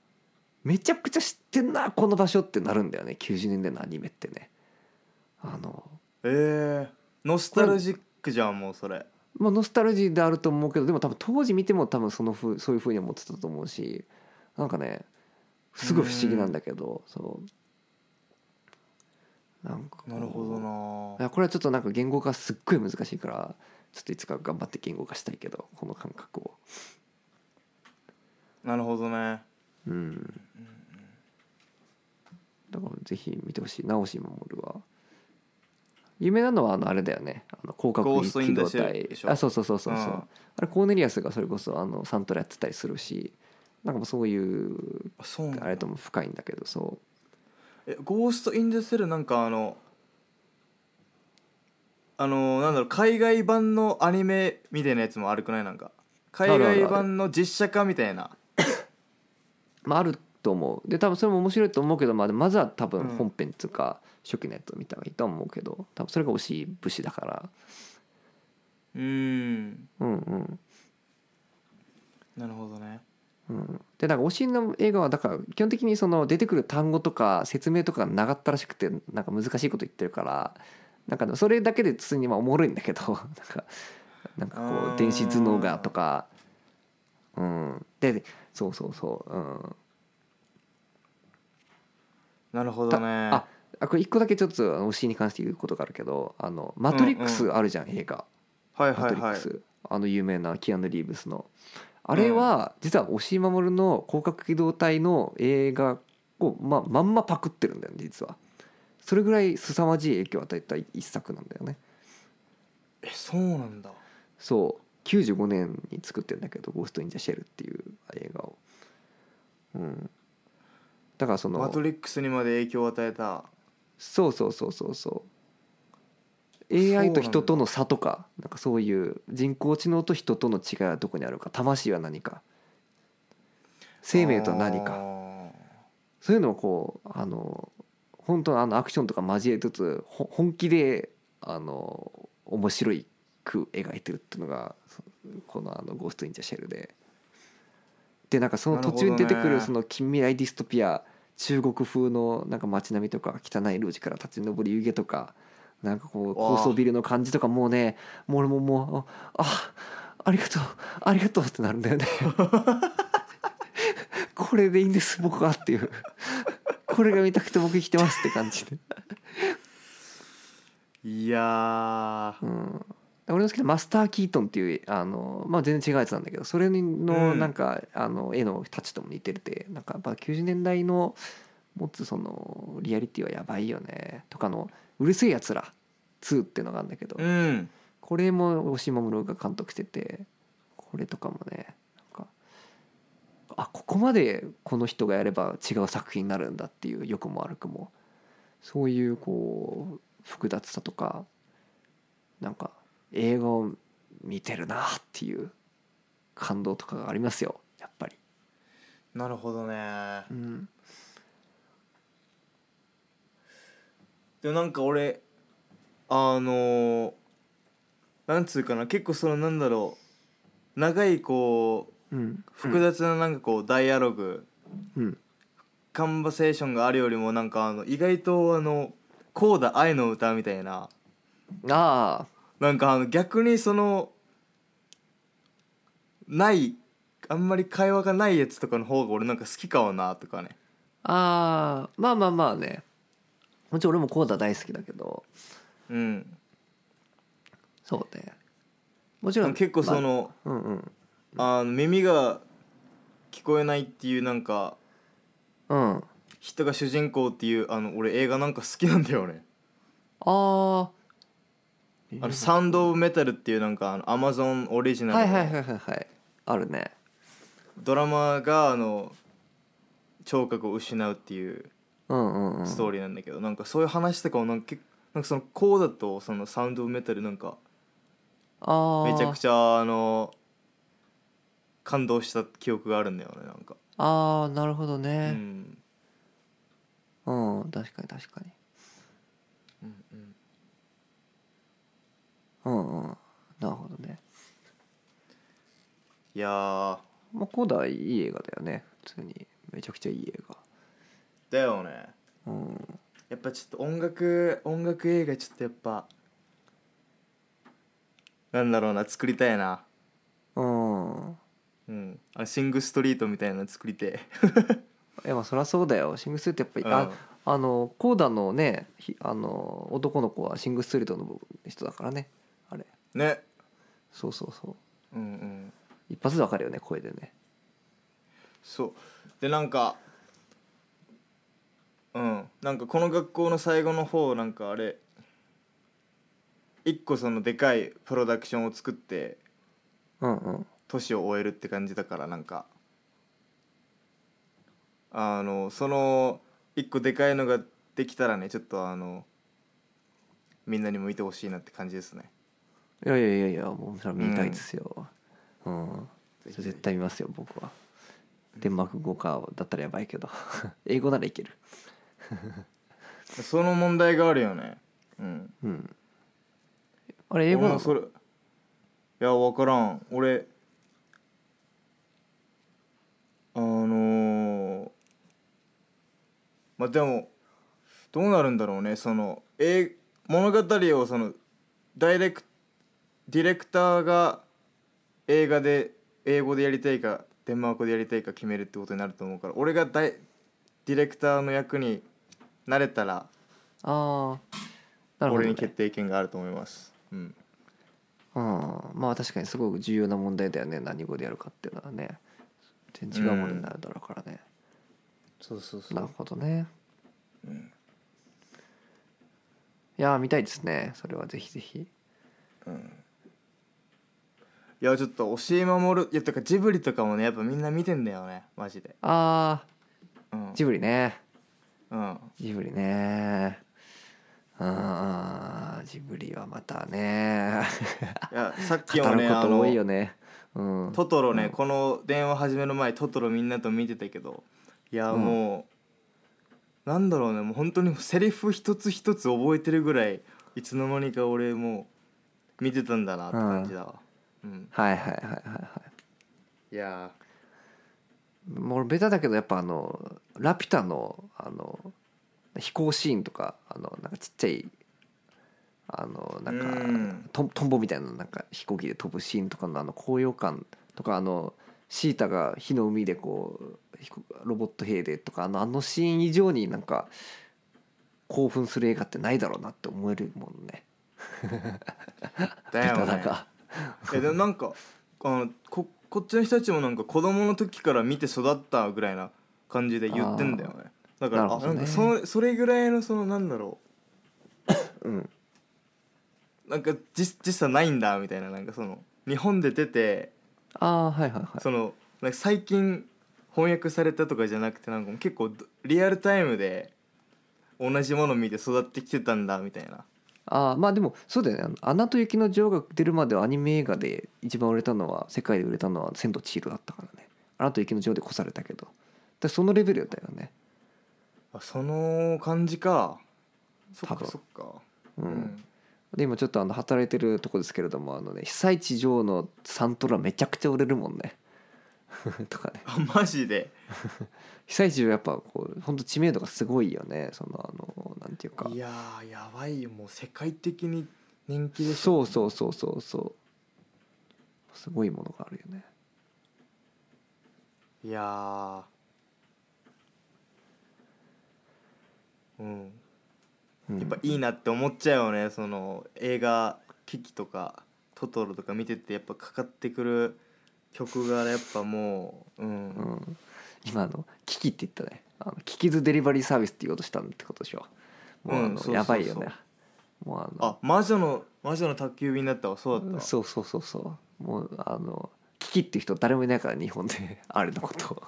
B: めちゃくちゃ知ってんなこの場所ってなるんだよね90年代のアニメってね。あの
A: えー、ノスタルジックじゃんもうそれ
B: まあ、ノスタルジーであると思うけどでも多分当時見ても多分そのふうそういうふうに思ってたと思うしなんかねすごい不思議なんだけどそうなんかこう
A: なるほどない
B: やこれはちょっとなんか言語化すっごい難しいからちょっといつか頑張って言語化したいけどこの感覚を
A: なるほどね
B: うんだからぜひ見てほしい直し守るは有名なのはあのあれだよねあの広角
A: ゴー
B: 機
A: ストイン
B: 動
A: ザシェル
B: 隊
A: でしょ
B: あそうそうそうそうそう、
A: うん
B: あれコーネリアスがそれこそあのサントラやってたりするしなんかもうそういう
A: あそうなんだ
B: あれとも深いんだけどそ
A: えゴースト・イン・ザ・セルなんかあのあのなんだろう海外版のアニメみたいなやつも悪くないなんか海
B: あるあ
A: 外
B: る
A: 版の実写化みたいな
B: うまああると思うで多分それも面白いと思うけど、まあ、まずは多分
A: うん
B: 本編っつうか初期のやつを見た方がいいとは思うけど多分それが惜しい武士だから
A: うーん
B: うんうん
A: なるほどね
B: うん、でなんか推しの映画はだから基本的にその出てくる単語とか説明とかが長ったらしくてなんか難しいこと言ってるからなんかでもそれだけで普通にまあおもろいんだけどなんかなんか
A: う
B: こ
A: ーん
B: う電子頭脳がとかうんでそうそうそううん
A: なるほどね
B: ああこれ一個だけちょっと推しに関して言うことがあるけど「あのマトリックス」あるじゃん映画
A: はい
B: 「マ
A: は
B: ト
A: い
B: リッ
A: は
B: ク
A: い
B: ス」あの有名なキアヌ・リーブスのあれは実は押井守の広角機動隊の映画をまあまんまパクってるんだよね実はそれぐらい凄まじい影響を与えた一作なんだよね
A: えそうなんだ
B: そう95年に作ってるんだけど「ゴースト・イン・ザ・シェル」っていう映画をうんだからその
A: マトリックスにまで影響を与えた
B: そうそうそうそうそう
A: そうなん
B: AI
A: だ
B: と人との差とかなんかそういう人工知能と人との違いはどこにあるか魂は何か生命とは何
A: あ
B: か
A: ー
B: そういうのをこうあの本当のあのアクションとか交えつつほ本気であの面白いく描いてるっていうのがそこのあの「ゴースト・イン・ジャ・シェルで」でなんかその途中に出てく
A: なるほど
B: る
A: ね
B: その近未来ディストピア中国風のなんか街並みとか汚い路地から立ち上る湯気とかなんかこう
A: わあ
B: 高層ビルの感じとかもうねもう俺ももうあありがとうありがとうってなるんだよねこれでいいんです僕はっていうこれが見たくて僕生きてますって感じで、
A: いやー
B: うん、俺の好きなマスター・キートンっていうあの、まあ、全然違うやつなんだけどそれの
A: うん
B: なんか、あの絵のタッチとも似ててなんかやっぱ90年代の持つそのリアリティはやばいよねとかの「うるせえやつら2」っていうのがあるんだけど、
A: うん
B: これも押井守が監督しててこれとかもねなんかあここまでこの人がやれば違う作品になるんだっていう良くも悪くもそういうこう複雑さとかなんか映画を見てるなっていう感動とかがありますよやっぱり。
A: なるほどね
B: うん、
A: でもなんか俺あのーなんつうかな結構そのなんだろう長いこう
B: うん、
A: 複雑ななんかこうダイアログ、
B: うん
A: カンバセーションがあるよりもなんかあの意外とあのこうだ愛の歌みたいな
B: ああ
A: なんかあの逆にそのないあんまり会話がないやつとかの方が俺なんか好きかもなとかね
B: ああまあまあまあねもちろん俺もコーダ大好きだけど
A: うん
B: そうねもちろん
A: 結構そ、の、
B: まあうんうん
A: あの耳が聞こえないっていうなんか
B: うん、あ
A: 人が主人公っていうあの俺映画なんか好きなんだよ俺
B: あ
A: あのサウンド・オブ・メタルっていうなんかあのアマゾンオリジナ
B: はい
A: ル
B: はい
A: の
B: はいはいはいあるね
A: ドラマがあの聴覚を失うっていう
B: うんうんうん
A: ストーリーなんだけど、なんかそういう話とかをなんかけなんかそのこうだとそのサウンド・オブ・メタルなんか
B: あ
A: めちゃく
B: ゃ
A: ちゃあの感動した記憶があるんだよねなんか、
B: ああなるほど
A: う
B: ね
A: ん
B: うん、確かに確かに
A: うんうん、
B: うんうんなるほどね
A: いやー
B: まあコーダはいい映画だよね普通にめちゃくちゃいい映画
A: だよね
B: うん
A: やっぱちょっと音楽音楽映画ちょっとやっぱなんだろうな作りたいな
B: うん
A: うんあのシングストリートみたいなの作りて
B: いやまあそりゃそうだよシングストリート
A: え
B: やっぱり、ああのコーダのねひあの男の子はシングストリートの人だからねあれ
A: うんね
B: そうそうそ
A: う
B: う
A: んうん
B: 一発でわかるよね声でね
A: そうでなんかうんなんかこの学校の最後の方なんかあれ一個そのでかいプロダクションを作って
B: うんうん
A: 都市を終えるって感じだからなんかあのその一個でかいのができたらねちょっとあのみんなに向いてほしいなって感じですね
B: いやいやいやいやもうそれは見たいですようん、それ絶対見ますよ僕はデンマーク語かだったらやばいけど 英語ならいける
A: その問題があるよねうん
B: うんあれ英語
A: 俺
B: な
A: も
B: の
A: それいや分からん俺あのーまあでもどうなるんだろうねそのえ物語をそのダイレクディレクターが映画で英語でやりたいかデンマーク語でやりたいか決めるってことになると思うから俺がダイディレクターの役になれたら
B: ああなるほど、
A: 俺
B: ね
A: に決定権があると思います。うん
B: うん、まあ確かにすごく重要な問題だよね何語でやるかっていうのはね全然違うものになるだろうからね、
A: そうそうそ
B: なるほどね、いやー見たいですねそれはぜひぜひ
A: いやちょっと教え守るいやとかジブリとかもねやっぱみんな見てんだよねマジで
B: あ
A: うん
B: ー、ジブリね
A: うん、
B: ジブリねあージブリはまたね
A: いやさっき
B: 語
A: もね
B: るこ
A: あ
B: と多いよ
A: の
B: ねうん
A: トトロね、
B: うん
A: この電話始める前トトロみんなと見てたけどいや
B: うん
A: もう、なんだろうねもう本当にセリフ一つ一つ覚えてるぐらいいつの間にか俺もう見てたんだなって感じだわ、うん
B: はいはいはいはいはい
A: いや
B: もうベタだけどやっぱあの「ラピュタの」あの飛行シーンとかあのなんかちっちゃいあの
A: ー
B: なんか、
A: うん
B: トントンボみたいななんか飛行機で飛ぶシーンとかのあの高揚感とかあのシータが火の海でこう飛行ロボット兵でとかあのあのシーン以上になんか興奮する映画ってないだろうなって思えるもんね。
A: だよ
B: ベタだ
A: ね
B: が
A: えでもなんかあのここっちの人たちもなんか子供の時から見て育ったぐらいな感じで言ってんだよねだから
B: なる
A: な,、
B: ほど
A: あな
B: ね
A: んかそそれぐらいのそのなんだろ
B: うん
A: うなんか実実際ないんだみたいななんかその日本で出て
B: あーはいはいはい。
A: そのなんか最近翻訳されたとかじゃなくてなんかもう結構どリアルタイムで同じもの見て育ってきてたんだみたいな
B: あーまあでもそうだよねあの「アナと雪の女王」が出るまではアニメ映画で一番売れたのは世界で売れたのは「千と千尋」だったからね「アナと雪の女王」で越されたけどでそのレベルだよね
A: あその感じかそっか
B: 多分
A: そっか
B: うん、
A: うん
B: で今ちょっとあの働いてるとこですけれどもあのね「被災地女王」のサントラめちゃくちゃ売れるもんね とかね
A: あ マジで
B: 被災地女王やっぱこう本当知名度がすごいよねそのあのなんていうか
A: いやーやばいよもう世界的に人気でしょ
B: そうそうそうそうそうすごいものがあるよね
A: いやーうん
B: うん
A: やっぱいいなって思っちゃうよねその映画機器とかトトロとか見ててやっぱかかってくる曲がやっぱもううん、
B: うん、今あのキキって言ったねあのキキズデリバリーサービスって言おうとしたってことでしょもうあの、
A: うんそうそうそう
B: やばいよねもうあの
A: あ魔女の魔女の宅急便だったわそうだったわ
B: そうそうそうそうもうあのキキっていう人誰もいないから日本で あれのことを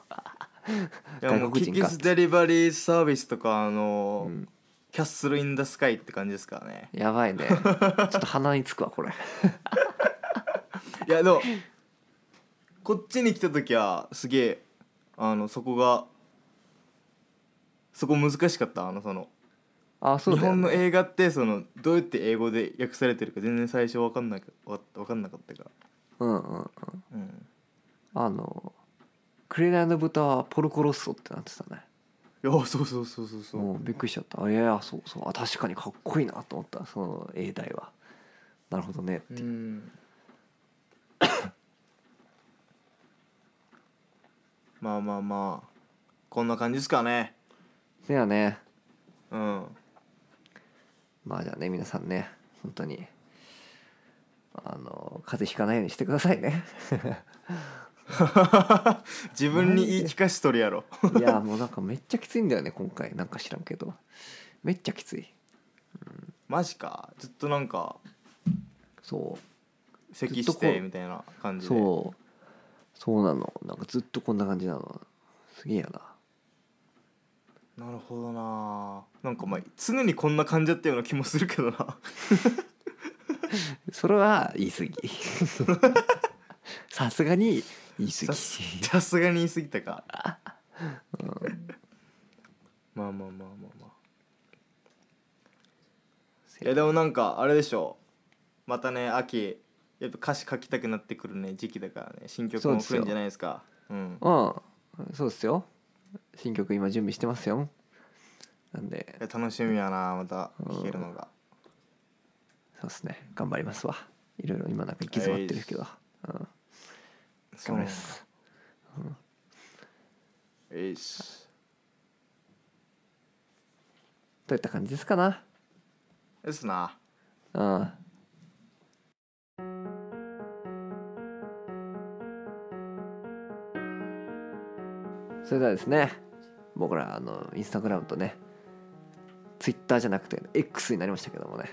A: いやもう
B: 外
A: キ
B: 国人
A: キ
B: か
A: スデリバリーサービスとかあの、
B: うん
A: キャッスル・イン・ダ・スカイって感じですからね
B: やばいねちょっと鼻につくわこれ
A: いやでもこっちに来た時はすげえあのそこがそこ難しかったあのその
B: あそう
A: 日
B: だよ、
A: 本の
B: ね、
A: 映画ってそのどうやって英語で訳されてるか全然最初分かんなかわわかんなかったから、
B: うんうんうん
A: うん、
B: あの「紅の豚」はポルコロッソってなってたね
A: いやそうそうそうそうそう、
B: もうびっくりしちゃったあいやいやそうそうあ確かにかっこいいなと思ったその英題はなるほどねっていう
A: うん、まあまあまあこんな感じですかね
B: だよね
A: うん
B: まあじゃあね皆さんね本当にあの風邪ひかないようにしてくださいね
A: 自分に言い聞かしとるやろ
B: いやもうなんかめっちゃきついんだよね今回なんか知らんけどめっちゃきつい
A: マジかずっとなんか
B: そ
A: 咳
B: ず
A: し
B: っとこ
A: て
B: う
A: みたいな感
B: う
A: じで
B: そうそうなのなんかずっとこんな感じなのすげえやな
A: なるほどななんかまあ常にこんな感じだったような気もするけどな
B: それは言い過ぎさすがに言い過ぎ
A: さすがに言い過ぎたか、まあまあまあまあまあいやでもなんかあれでしょまたね秋やっぱ歌詞書きたくなってくるね時期だからね新曲も来るんじゃないですかうん
B: うんそうですよ新曲今準備してますよなんで
A: いや楽しみやなまた聴けるのが
B: そうですね頑張りますわいろいろ今なんか行き詰まってるけど、うん、頑張ります
A: そうよし
B: といった感じですかな
A: ですな
B: うんそれではですね僕らあのインスタグラムとねツイッターじゃなくて X になりましたけどもね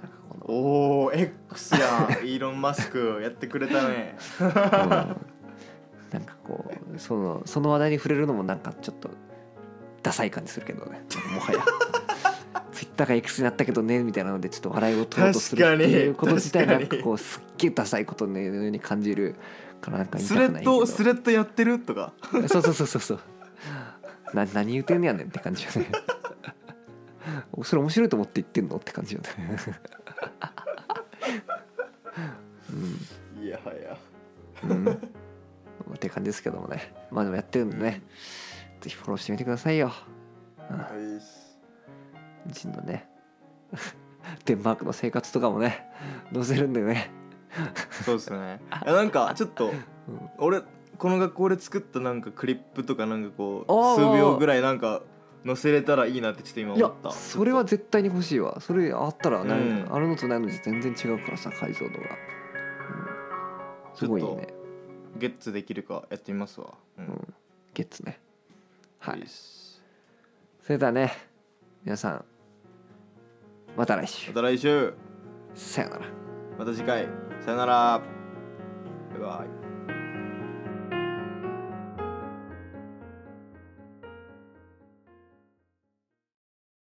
B: なんかこの
A: おー X やんイーロン・マスクやってくれた ね
B: うんなんかこうそのその話題に触れるのもなんかちょっとダサい感じするけどねも はやツイッターが X になったけどねみたいなのでちょっと笑いを取ろうとする
A: 確
B: っ
A: かに
B: ていうこと自
A: 確
B: 体な
A: か
B: ん
A: に
B: かこうすっげえダサいことのように感じるからなんか言い
A: ス
B: た
A: レ
B: くな
A: ッ
B: いけど
A: ドスレッドやってるとか
B: そうそうそうそうそうな何言うてんねやねんって感じよねそれ面白いと思って言ってんのって感じよねうん
A: いやはや
B: うん、って感じですけどもねまあでもやってるんでね、ぜひフォローしてみてくださいよ
A: はい
B: 人のね デンマークの生活とかもね載せるんでね
A: そうですねいやなんかちょっと、
B: うん
A: 俺この学校で作ったなんかクリップとかなんかこ
B: あ
A: う
B: ー
A: 数秒ぐらいなんか載せれたらいいなってちょっと今
B: い
A: 思
B: や
A: った
B: それは絶対に欲しいわそれあったらない、
A: うん
B: あるのとないのじゃ全然違うからさ解像度が、うん、すごいいいね
A: ちゲッツできるかやってみますわうん
B: うんゲッツねはい
A: よし
B: それではね皆さんまた来週
A: また来週
B: さよなら
A: また次回さよならバイバイ